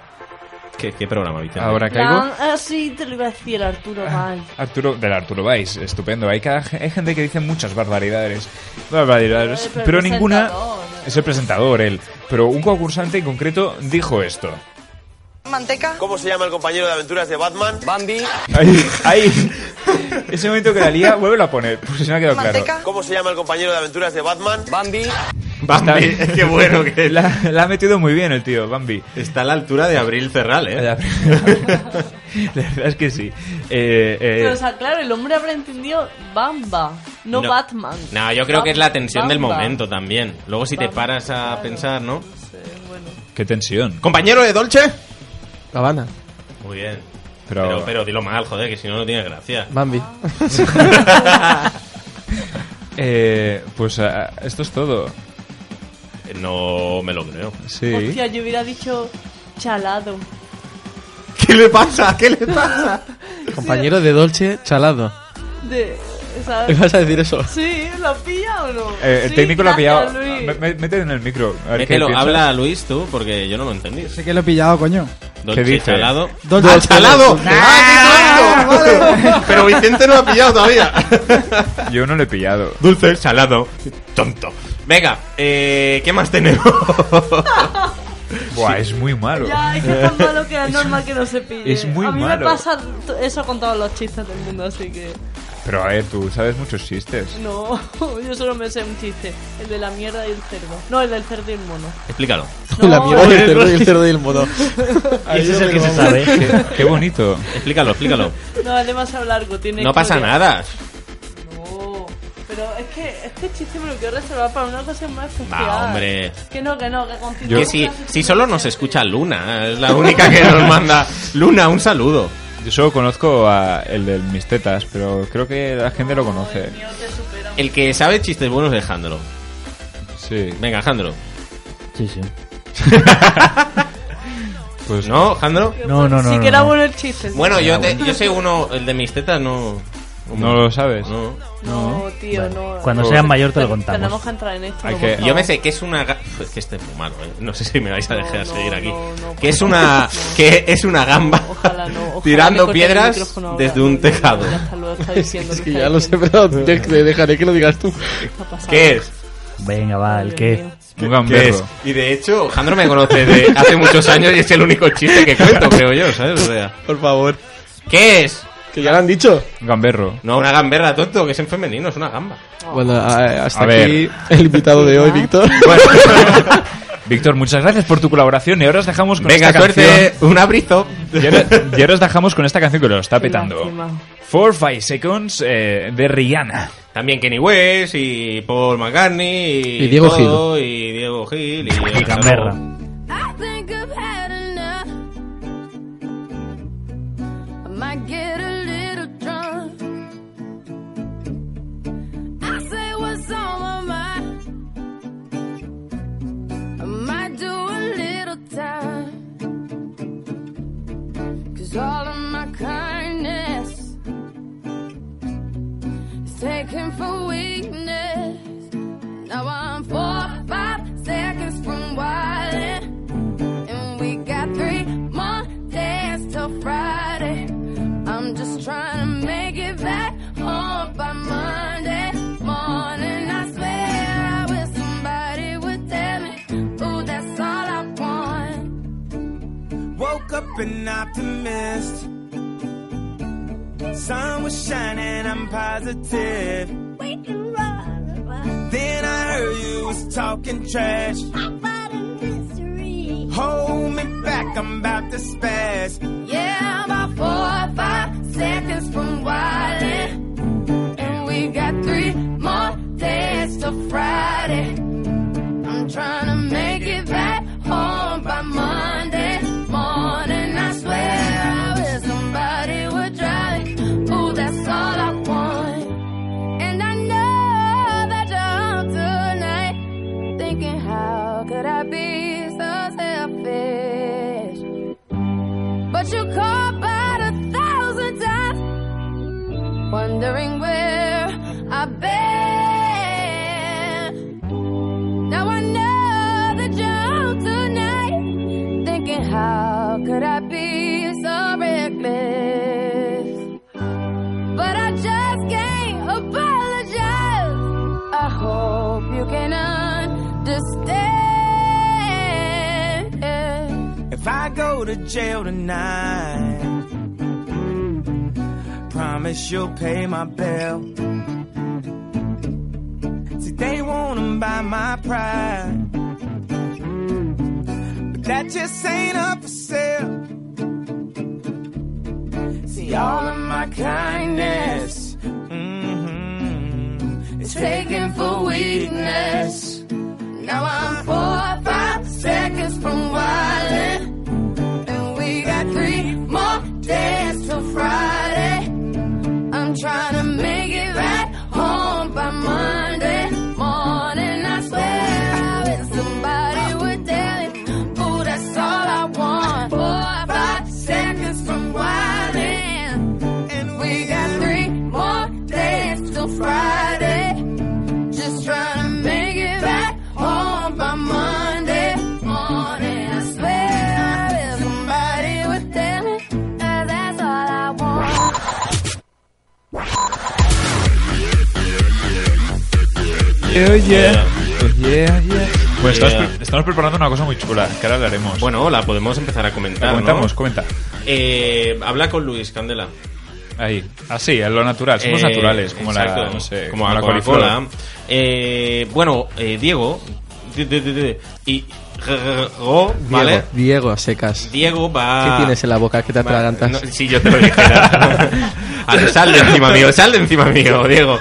¿Qué, programa, Vicente? Ahora caigo. Plan- ah, sí, te lo iba a decir, Arturo Ah. Val. Eh. Arturo, del Arturo Valls, estupendo. Hay, cada- hay gente que dice muchas barbaridades. Barbaridades. Pero el Pero ninguna. presentador. Es el presentador, él. Pero un concursante en concreto dijo esto. ¿Manteca? ¿Cómo se llama el compañero de aventuras de Batman? Bambi. Ahí, ahí. Ese momento que la lía, vuelve a poner, por si no ha quedado claro. ¿Manteca? ¿Cómo se llama el compañero de aventuras de Batman? Bambi. Bambi, qué bueno que la, la ha metido muy bien el tío, Bambi. Está a la altura de Abril Cerral, La, ¿eh? la verdad es que sí. Eh, eh, Pero, o sea, claro, el hombre habrá entendido Bamba, no, No. Batman. No, yo creo que es la tensión del Bamba. momento también. Luego si te Bamba, paras a pensar, ¿no? Qué tensión. Compañero de Dolce. Habana. Muy bien. Pero- Pero, pero, dilo mal, joder, que si no, no tiene gracia. Bambi. Ah. eh, pues ah, esto es todo. No me lo creo. Sí. Hostia, yo hubiera dicho chalado. ¿Qué le pasa? ¿Qué le pasa? Compañero de Dolce, chalado. De, ¿sabes? ¿Ibas a decir eso? Sí, ¿lo pilla o no? Eh, el Sí, técnico lo ha pillado. gracias, Luis. Ah, Me- me- Métete en el micro. a ver qué Mételo, piensa. Eh, habla a Luis tú, porque yo no lo entendí. Sé que lo he pillado, coño. Dolce ¿Qué dice? Chalado. Dolce- ¡Ah, Chalado! Dolce- ¡Ah, qué Ah, tonto! vale. Pero Vicente no lo ha pillado todavía. Yo no lo he pillado. Dulce, salado, tonto. Venga, eh, ¿qué más tenemos? Buah, es muy malo. Ya, es que es tan malo que es normal que no se pille. es muy A mí malo. me pasa t- eso con todos los chistes del mundo, así que... Pero a ver, tú sabes muchos chistes. No, yo solo me sé un chiste. El de la mierda y el cerdo. No, el del cerdo y el mono. Explícalo. La mierda del cerdo y el cerdo del mono. Ahí Ese es el que se sabe. Qué, qué bonito. Explícalo, explícalo. No, es demasiado largo. Tiene No pasa historia. nada. No, pero es que este chiste me lo quiero reservar para una ocasión más especial. Va, hombre. Que no, que no, que continúe. Que si, si solo nos escucha Luna, es la única que nos manda. Luna, un saludo. Yo solo conozco a el del Mis Tetas, pero creo que la gente lo conoce. El que sabe chistes buenos es Jandro. Sí. Venga, Jandro. Sí, sí. Pues no, Jandro. No, no, no, Sí no, que era no. bueno el chiste. sí. Bueno, Ah, yo, te- yo sé uno, el de mis tetas no. No lo sabes. No. No, tío, no. Cuando seas mayor te lo Ten- contamos. Tenemos que entrar en esto. Hay por que- favor. Yo me sé que es una ga- Uf, es que este es muy malo, ¿eh? no sé si me vais a dejar seguir aquí. que por es una que es una gamba me tirando corten el piedras micrófono ahora. desde un tejado. Es que- es que ya lo sé, pero te te dejaré que lo digas tú. ¿Qué es? Venga, va, el que. Un ¿Qué es? Y de hecho, Jandro me conoce de hace muchos años y es el único chiste que cuento, creo yo, ¿sabes? O sea, Por favor. ¿qué es? Que ya lo han dicho. Gamberro. No, una gamberra, tonto, que es en femenino, es una gamba. Bueno, a- hasta A ver. aquí el invitado de hoy, Víctor. Víctor, muchas gracias por tu colaboración y ahora os dejamos con Venga, esta suerte, canción. un abrizo. Y ahora, y ahora os dejamos con esta canción que lo está Qué petando. lástima. Four Five Seconds eh, de Rihanna. También Kenny West y Paul McCartney y, Y Diego todo, y Diego Gil y, Y Gamberra. I think I've had enough. I might get a little drunk. an optimist. Sun was shining, I'm positive. Then I heard you was talking trash. Hold me back, I'm about to spaz. Yeah, about four or five seconds from wildin'. And we got three more days till Friday. I'm trying to make it back home by Monday morning. I swear I wish somebody would drive. Ooh, that's all I want. And I know that you're up tonight thinking how could I be so selfish? But you caught about a thousand times, wondering where I've been. Now I know that you're out tonight, thinking how could I be so reckless? But I just can't apologize. I hope you can understand. If I go to jail tonight, promise you'll pay my bail. See, they wanna buy my pride, but that just ain't up for sale. See, all of my kindness, mhm, It's taken for weakness. Now I'm four or five seconds from wildin'. And we got three more days till Friday. I'm trying to make it back home by Monday morning. I swear I wish somebody would tell it. Ooh, that's all I want. Four or five seconds from wildin'. And we got three more days till Friday. Just trying to make it back home by Monday morning. I swear I wish somebody would tell it. that That's all I want. Yeah, yeah. Yeah, yeah. Pues Yeah. estamos, pre- estamos preparando una cosa muy chula, que ahora hablaremos. Bueno, la podemos empezar a comentar. comentamos, ¿no? comenta. Eh, habla con Luis Candela. Ahí. Así, es lo natural. Somos Eh, naturales, como la, exacto, no sé, como la coliflor. Coca-Cola. Eh, bueno, eh, Diego di- di- di- di- y Ro, ¿vale? Diego, Diego, a secas. Diego va. ¿Qué tienes en la boca que te atragantas? No, si yo te lo dijera. A ver, sal de encima mío, sal de encima mío, Diego.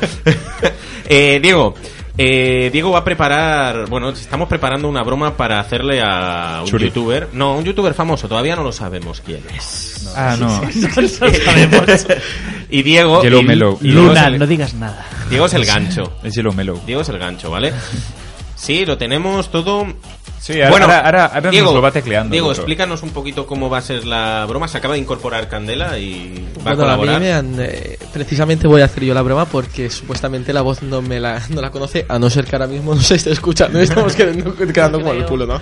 Eh, Diego, eh, Diego va a preparar. Bueno, estamos preparando una broma para hacerle a un Churi. youtuber. No, un youtuber famoso, todavía no lo sabemos quién es. Ah, no. y Diego. Yellow y- Mellow. y Diego es el- no digas nada. Diego es el gancho. Es Yellow Mellow. Diego es el gancho, ¿vale? Sí, lo tenemos todo. Sí, ahora- ahora- ahora- ahora nos lo va tecleando Diego, el otro. explícanos un poquito cómo va a ser la broma. Se acaba de incorporar Candela y va a Bueno, a mí colaborar. me han, eh, precisamente voy a hacer yo la broma porque supuestamente la voz no me la, no la conoce, a no ser que ahora mismo no se esté escuchando y estamos quedando, quedando como el culo, ¿no?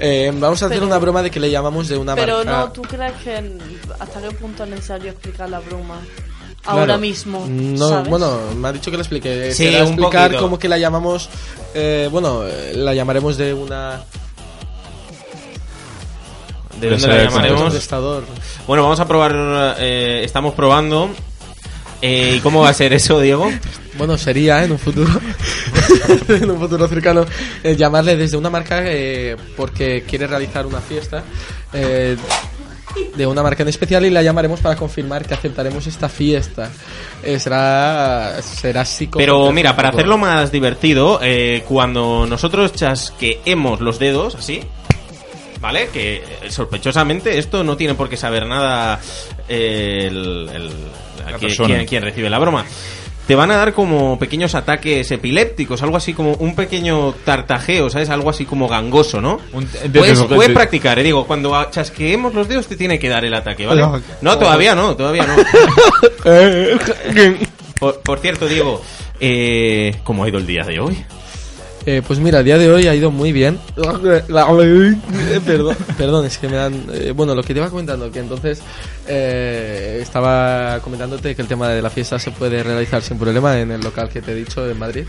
Eh, vamos a hacer Pero- una broma de que le llamamos de una Pero marca- no, ¿tú crees que en- hasta qué punto es necesario explicar la broma? Claro. Ahora mismo. No, ¿sabes? bueno, me ha dicho que lo explique. Sí, Será un explicar poquito. como que la llamamos. eh, bueno, eh, la llamaremos de una. ¿De Pues dónde la el llamaremos? contestador. Bueno, vamos a probar. eh, estamos probando. Eh, ¿Y cómo va a ser eso, Diego? Bueno, sería en un futuro. en un futuro cercano. eh, llamarle desde una marca eh, porque quiere realizar una fiesta. eh, de una marca en especial y la llamaremos para confirmar que aceptaremos esta fiesta. Eh, será. Será así como- Pero mira, para hacerlo más divertido, eh, cuando nosotros chasqueemos los dedos, así, ¿vale? Que eh, sospechosamente esto no tiene por qué saber nada eh, el, el- a quien, persona. quien- quien recibe la broma. Te van a dar como pequeños ataques epilépticos, algo así como un pequeño tartajeo, ¿sabes? Algo así como gangoso, ¿no? de- de- Puedes, de- de- puedes de- practicar, eh, digo, cuando a- chasqueemos los dedos te tiene que dar el ataque, ¿vale? Hola. No, todavía no, todavía no. Eh, Por, por cierto, Diego, eh, ¿cómo ha ido el día de hoy? Eh, pues mira, a día de hoy ha ido muy bien. La- perdón, perdón, es que me dan... eh, bueno, lo que te iba comentando, que entonces eh, estaba comentándote que el tema de la fiesta se puede realizar sin problema en el local que te he dicho, en Madrid.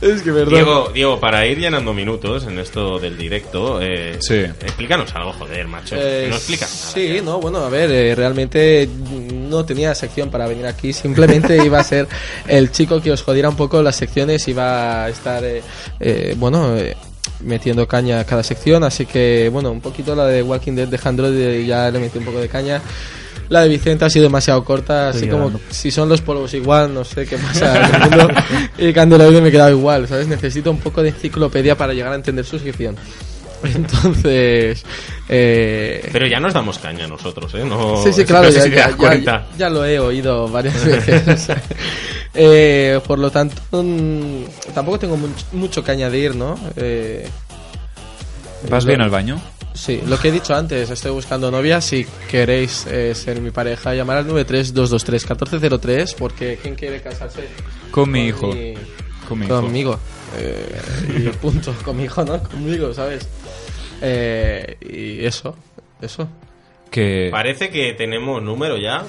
Es que verdad. Diego, Diego, para ir llenando minutos en esto del directo, eh, explícanos algo, joder, macho. Eh, no explicas. Sí, no, bueno, a ver, eh, realmente no tenía sección para venir aquí, simplemente iba a ser el chico que os jodiera un poco las secciones, iba a estar, eh, eh, bueno, eh, metiendo caña a cada sección, así que, bueno, un poquito la de Walking Dead de Android ya le metí un poco de caña. La de Vicente ha sido demasiado corta, Estoy así como llorando. si son los polvos igual, no sé qué pasa. en el mundo. y Candelaide me quedaba igual, ¿sabes? Necesito un poco de enciclopedia para llegar a entender su sección. Entonces, eh, Pero ya nos damos caña nosotros, ¿eh? No, sí, sí, no claro, sé ya, si te ya- das ya- cuenta. ya lo he oído varias veces. Eh, por lo tanto, mm, tampoco tengo much- mucho que añadir, ¿no? Eh, ¿Vas lo- bien al baño? Sí, lo que he dicho antes, estoy buscando novia. Si queréis eh, ser mi pareja, llamar al 93223-1403 porque ¿quién quiere casarse? Con mi hijo. Con mi hijo. Conmigo. Eh, y punto, con mi hijo, ¿no? Conmigo, ¿sabes? Eh, y eso, eso. Que Parece que tenemos número ya.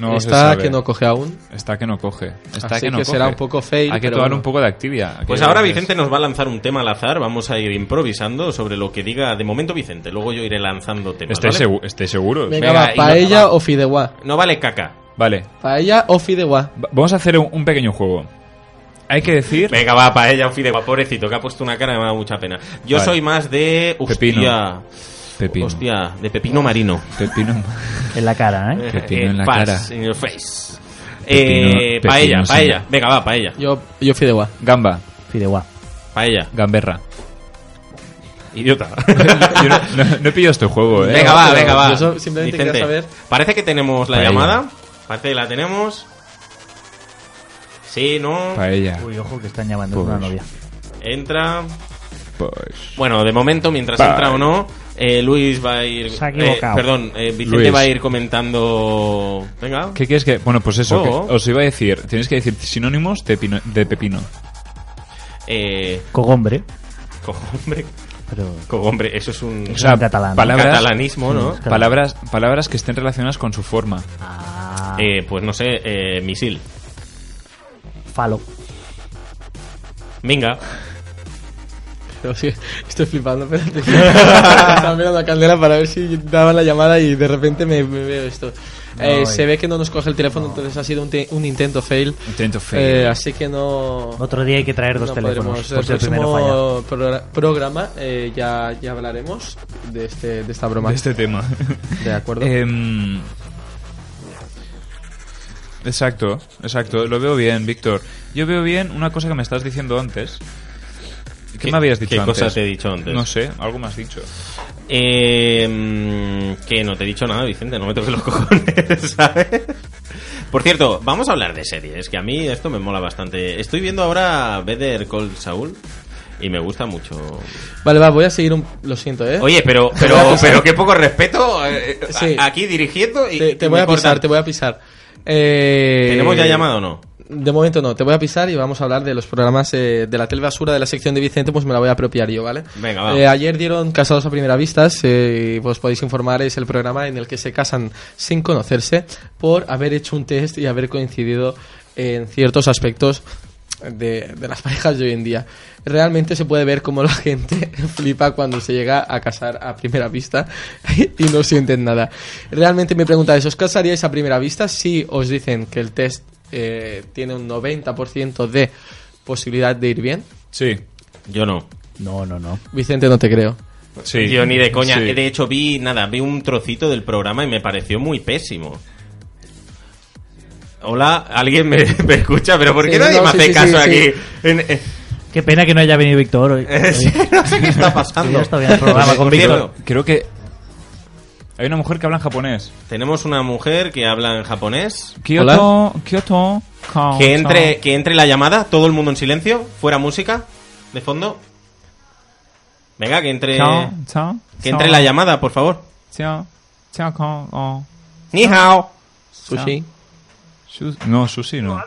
no se Está sabe. que no coge aún. Está que no coge. Está Así que no que coge. será un poco fail, Hay que pero tomar bueno. un poco de actividad. Pues Que- ahora Vicente nos va a lanzar un tema al azar. Vamos a ir improvisando sobre lo que diga de momento Vicente. Luego yo iré lanzando temas. Estáis ¿vale? segu- estáis seguros. Venga, va, y no- paella o fideuá. No vale caca. Vale. Paella o fideuá. Va- Vamos a hacer un, un pequeño juego. Hay que decir. Venga, va, paella o fideuá. Pobrecito, que ha puesto una cara que me da mucha pena. Yo Vale. soy más de... Hostia. Pepino. Pepino. Hostia, de pepino marino. Pepino. En la cara, ¿eh? Pepino en la Paz, cara. in your face. Pepino- eh, pepino paella, sin- paella. Venga, va, paella. Yo, yo fideuá. Gamba. Fideuá. Paella. Gamberra. Idiota. Yo no, no- no he pillado este juego, eh. Venga, va, venga, va. Yo so- simplemente quería saber- Parece que tenemos la Paella. llamada. Parece que la tenemos. Sí, no. Paella. Uy, ojo, que están llamando Pues. es una novia. Entra. Pues. Bueno, de momento, mientras Paella. entra o no, eh, Luis va a ir. Se ha eh, equivocado. perdón, eh, Vicente Luis. va a ir comentando. Venga. ¿Qué quieres que.? Bueno, pues eso. Juego. que os iba a decir. Tenéis que decir sinónimos de, pino- de pepino. Eh, Cogombre. cogombre. Pero- Cogombre, eso es un. O sea, palabras, catalanismo, ¿no? Palabras, palabras que estén relacionadas con su forma. Eh, pues no sé, eh, misil. Falo. Minga. Pero sí, estoy flipando, espérate. Estaba mirando a Candela para ver si daban la llamada y de repente me, me veo esto. Eh, Ay. se ve que no nos coge el teléfono, entonces ha sido un, te- un intento fail. Intento fail. Eh, así que no. Otro día hay que traer dos no teléfonos, podremos. por si el el primero próximo progra- programa eh, ya, ya hablaremos de, este, de esta broma. De este tema. De acuerdo. Em, exacto, exacto. Lo veo bien, Víctor. Yo veo bien una cosa que me estás diciendo antes. ¿Qué, ¿Qué- me habías dicho qué antes? cosa te he dicho antes? No sé, algo me has dicho. Eh, mm, que no te he dicho nada, Vicente, no me toques los cojones, ¿sabes? Por cierto, vamos a hablar de series, que a mí esto me mola bastante. Estoy viendo ahora Better Call Saul y me gusta mucho. Vale, va, voy a seguir un. Lo siento, eh. Oye, pero pero pero qué poco respeto eh, eh, Sí. a- aquí dirigiendo y Te, te y voy me a cortan. pisar, te voy a pisar. Eh, ¿Tenemos ya llamada o no? De momento no, te voy a pisar y vamos a hablar de los programas eh, de la tele basura de la sección de Vicente, pues me la voy a apropiar yo, ¿vale? Venga, va. Eh, ayer dieron Casados a Primera Vista, eh, y os podéis informar, es el programa en el que se casan sin conocerse por haber hecho un test y haber coincidido en ciertos aspectos de, de las parejas de hoy en día. Realmente se puede ver cómo la gente flipa cuando se llega a casar a primera vista y no sienten nada. Realmente me preguntáis, ¿os casaríais a primera vista? Si os dicen que el test eh, tiene un 90% de posibilidad de ir bien. Sí. Yo no. No, no, no. Vicente, no te creo. Sí. Yo ni de coña. Sí. De hecho, vi nada, vi un trocito del programa y me pareció muy pésimo. Hola, alguien me, me escucha, pero ¿por qué Sí, nadie no, me sí, hace sí, caso sí, aquí? sí. En- eh, Qué pena que no haya venido Víctor hoy. Sí, no sé qué está pasando. Yo estaba en el programa con Por cierto, Víctor. Creo que hay una mujer que habla en japonés. Tenemos una mujer que habla en japonés. Kyoto, Kyoto, Kao- Que entre, que entre la llamada, todo el mundo en silencio, fuera música, de fondo. Venga, que entre. Chao, chao, Que entre chao. la llamada, por favor. Chao, chao, kao- oh. Ni hao. Sushi. Su- No, sushi no.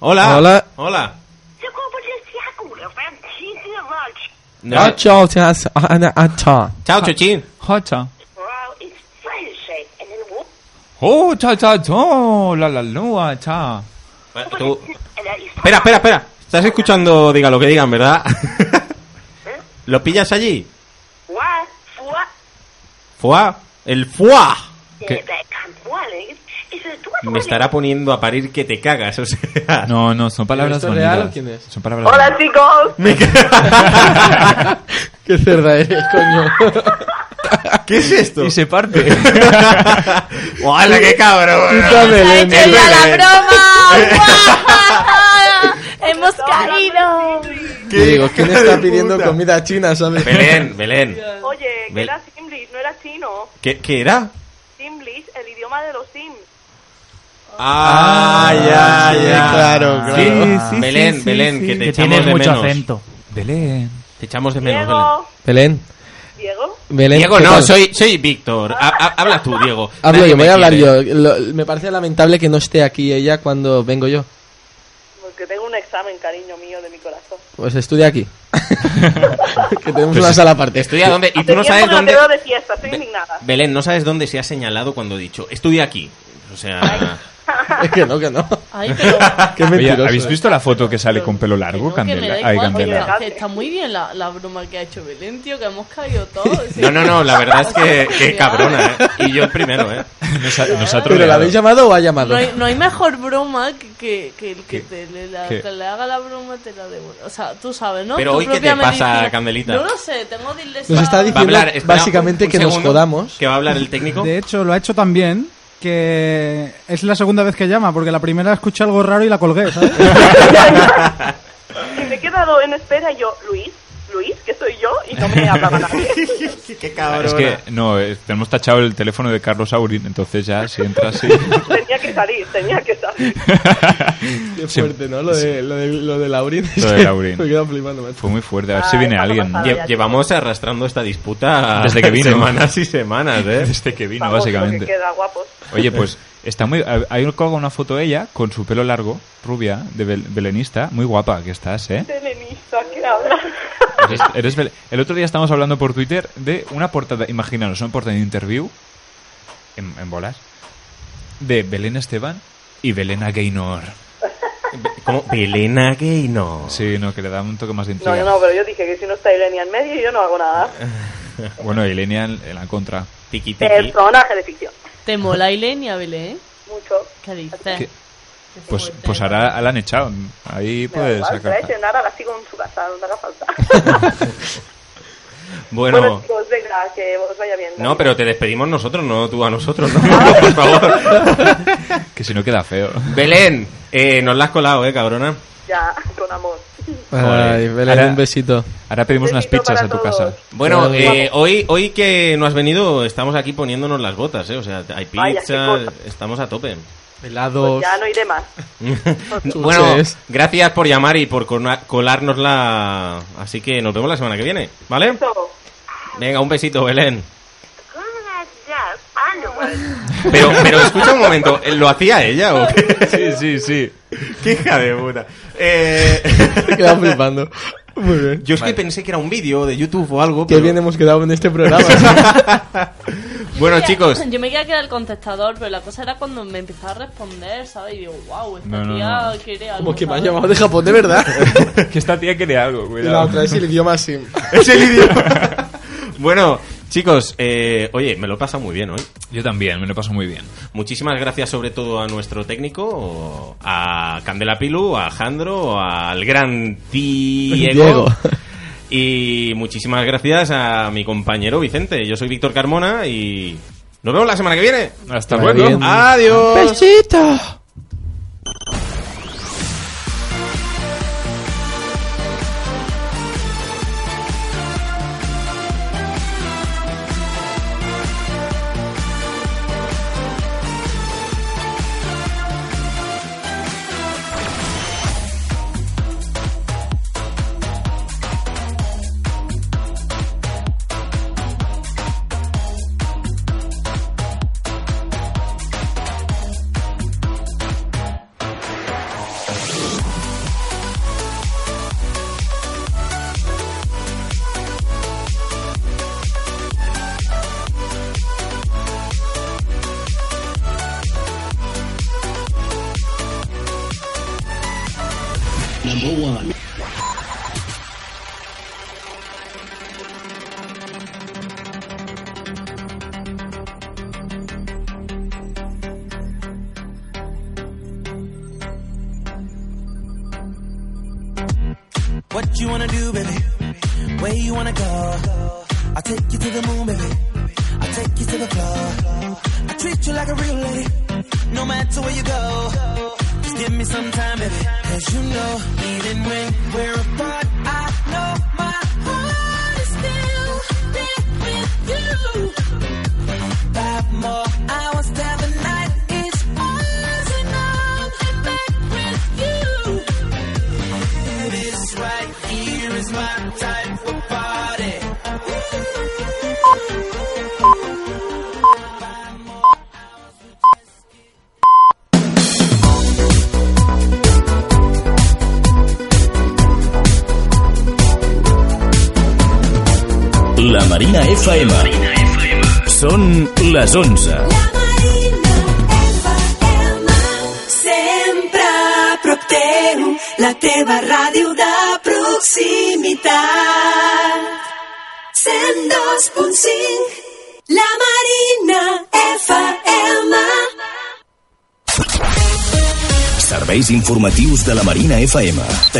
Hola. Hola. Hola. No. Ah, chao, te has- ah, ah, ah, chao. Chao, Chochín. Hocha. Oh, cha, cha, cha, la la lua, cha. Bueno, tú- Espera, espera, espera. Estás escuchando, diga lo que digan, ¿verdad? ¿Lo pillas allí? Why? What? ¡Fuá! ¡El fuá! Yeah, that can't boil. Is it what? Me estará poniendo a parir que te cagas, o sea... No, no, son palabras ¿Esto es real bonitas. o quién es? Son palabras Hola chicos. Qué cerda eres, coño. Ah, ¿Qué es esto? Y se parte. ¡Hola, qué cabrón! Puta Belén. Qué Ella la Belén. Hemos caído. Yo digo, ¿quién está pidiendo comida china, sabes? Belén, Belén. Oye, que Bel- era Simlish, no era chino. ¿Qué, qué era? Simlish, el idioma de los Sims. Ah, ya, sí, ya. claro, claro. Belén, Sí, sí, Belén, sí, sí, Belén, sí. que te Que echamos tienes de mucho menos. acento. Belén. Te echamos de menos, Diego, Belén. Diego. Belén, Diego, ¿qué no, tal? Ah, soy, soy Víctor. Ha- ha- habla tú, Diego. Hablo Nadie yo, me voy a hablar quiere. yo. Lo- me parece lamentable que no esté aquí ella cuando vengo yo. Porque tengo un examen, cariño mío, de mi corazón. Pues estudia aquí. que tenemos Pues una sala aparte. estudia dónde- Y tú no Hace sabes tiempo dónde- No te veo de fiesta, estoy indignada. Belén, no sabes dónde se ha señalado cuando he dicho, estudia aquí. O sea, Es que no, que no. Ay, pero Qué Oye, mentiroso. eh. ¿habéis visto la foto que sale con pelo largo, que me Candela? da Ay, igual, Candela. oye, que está muy bien la, la broma que ha hecho Belén, tío, que hemos caído todos. no, no, no, la verdad es que, que cabrona, ¿eh? Y yo el primero, ¿eh? Nos ha, nos ¿Pero la ha troleado. habéis llamado o ha llamado? No hay, no hay mejor broma que, que, que el ¿Qué? que te le, la- ¿Qué? te le haga la broma te la devuelva. O sea, tú sabes, ¿no? Pero Tu hoy, ¿qué propia te pasa, medicina. Candelita? No lo sé, tengo dislexia. Nos está Va a diciendo hablar, espera, básicamente un- un que nos segundo, jodamos. Que va a hablar el técnico. De hecho, lo ha hecho también que es la segunda vez que llama, porque la primera escuché algo raro y la colgué, ¿sabes? Y me he quedado en espera y yo, Luis, Luis, que soy yo, y no me hablaba nadie. Qué Es que, no, eh, tenemos tachado el teléfono de Carlos Aurín, entonces ya, si entras, sí. Tenía que salir, tenía que salir. Qué Sí. fuerte, ¿no? Lo de, lo de, lo de Laurín. Lo de Laurín. Me quedo flipando, macho. Fue muy fuerte, a ver si viene alguien. ¿no? Lle- Llevamos arrastrando esta disputa Desde que vino. semanas y semanas, ¿eh? Desde que vino, básicamente. Oye, pues está muy. Hay un- colga una foto de ella con su pelo largo, rubia, de bel- belenista, muy guapa que estás, ¿eh? Belenista, ¿qué habla? Eres- Pues eres bel- El otro día estábamos hablando por Twitter de una portada, imaginaros, una portada de interview en, en bolas de Belén Esteban y Belena Gaynor. ¿Cómo? Belena Gaynor. Sí, no, que le da un toque más de intriga. No, yo no, pero yo dije que si no está Ilenia en medio, yo no hago nada. Bueno, y Lenia en, en la contra. Personaje de ficción. ¿Te mola Ilenia, Belén? Mucho. ¿Qué dices? Que- Pues, pues ahora la han echado. Ahí Me da puedes igual, sacar. trae nada, la sigo en su casa, no te haga falta. Bueno. chicos, venga, que os vaya bien. No, pero te despedimos nosotros, no tú a nosotros, no, por favor. Que si no queda feo. Belén, eh, nos la has colado, eh, cabrona. Ya, con amor. Ay, Belén, Ahora- un besito. Ahora pedimos unas pizzas a tu casa. Bueno, Claro. eh, hoy, hoy que no has venido, estamos aquí poniéndonos las botas, eh. O sea, hay Vaya, pizza, qué cosa. estamos a tope. Pues Helados. Ya no iré más. bueno, gracias por llamar y por colarnos colárnosla. Así que nos vemos la semana que viene, ¿vale? Venga, un besito, Belén. Pero, pero escucha un momento, ¿eh, ¿lo hacía ella o qué? Sí, sí, sí. Qué hija de puta. Eh... Te quedas flipando. Muy bien. Yo es que pensé que era un vídeo de YouTube o algo. Qué pero- bien hemos quedado en este programa. Bueno, chicos, Yo me quería quedar el contestador, pero la cosa era cuando me empezaba a responder, ¿sabes? Y digo, wow, esta No, no, tía no. quiere algo. Como que me han ¿sabes? llamado de Japón, de verdad. que esta tía quiere algo, Y cuidado. la otra es el idioma sim. es el idioma. bueno, chicos, eh, oye, me lo pasa muy bien hoy. Yo también, me lo paso muy bien. Muchísimas gracias sobre todo a nuestro técnico, a Candela Pilu, a Jandro, al gran Diego. Diego. Y muchísimas gracias a mi compañero Vicente. Yo soy Víctor Carmona y nos vemos la semana que viene. Hasta Muy luego. bien. Adiós. Besito. Number one. What you wanna do, baby? Where you wanna go? I'll take you to the moon, baby. I'll take you to the floor. I treat you like a real lady, no matter where you go. Just give me some time, baby. Cause you know, even when we're apart, I know my heart is still there with you. Five more hours till the night is ours and I'll get back with you. This right here is my type of party. La Marina FM. Són les 11. Sempre a prop teu, la teva ràdio de proximitat. 102.5, la Marina FM. Serveis informatius de la Marina FM.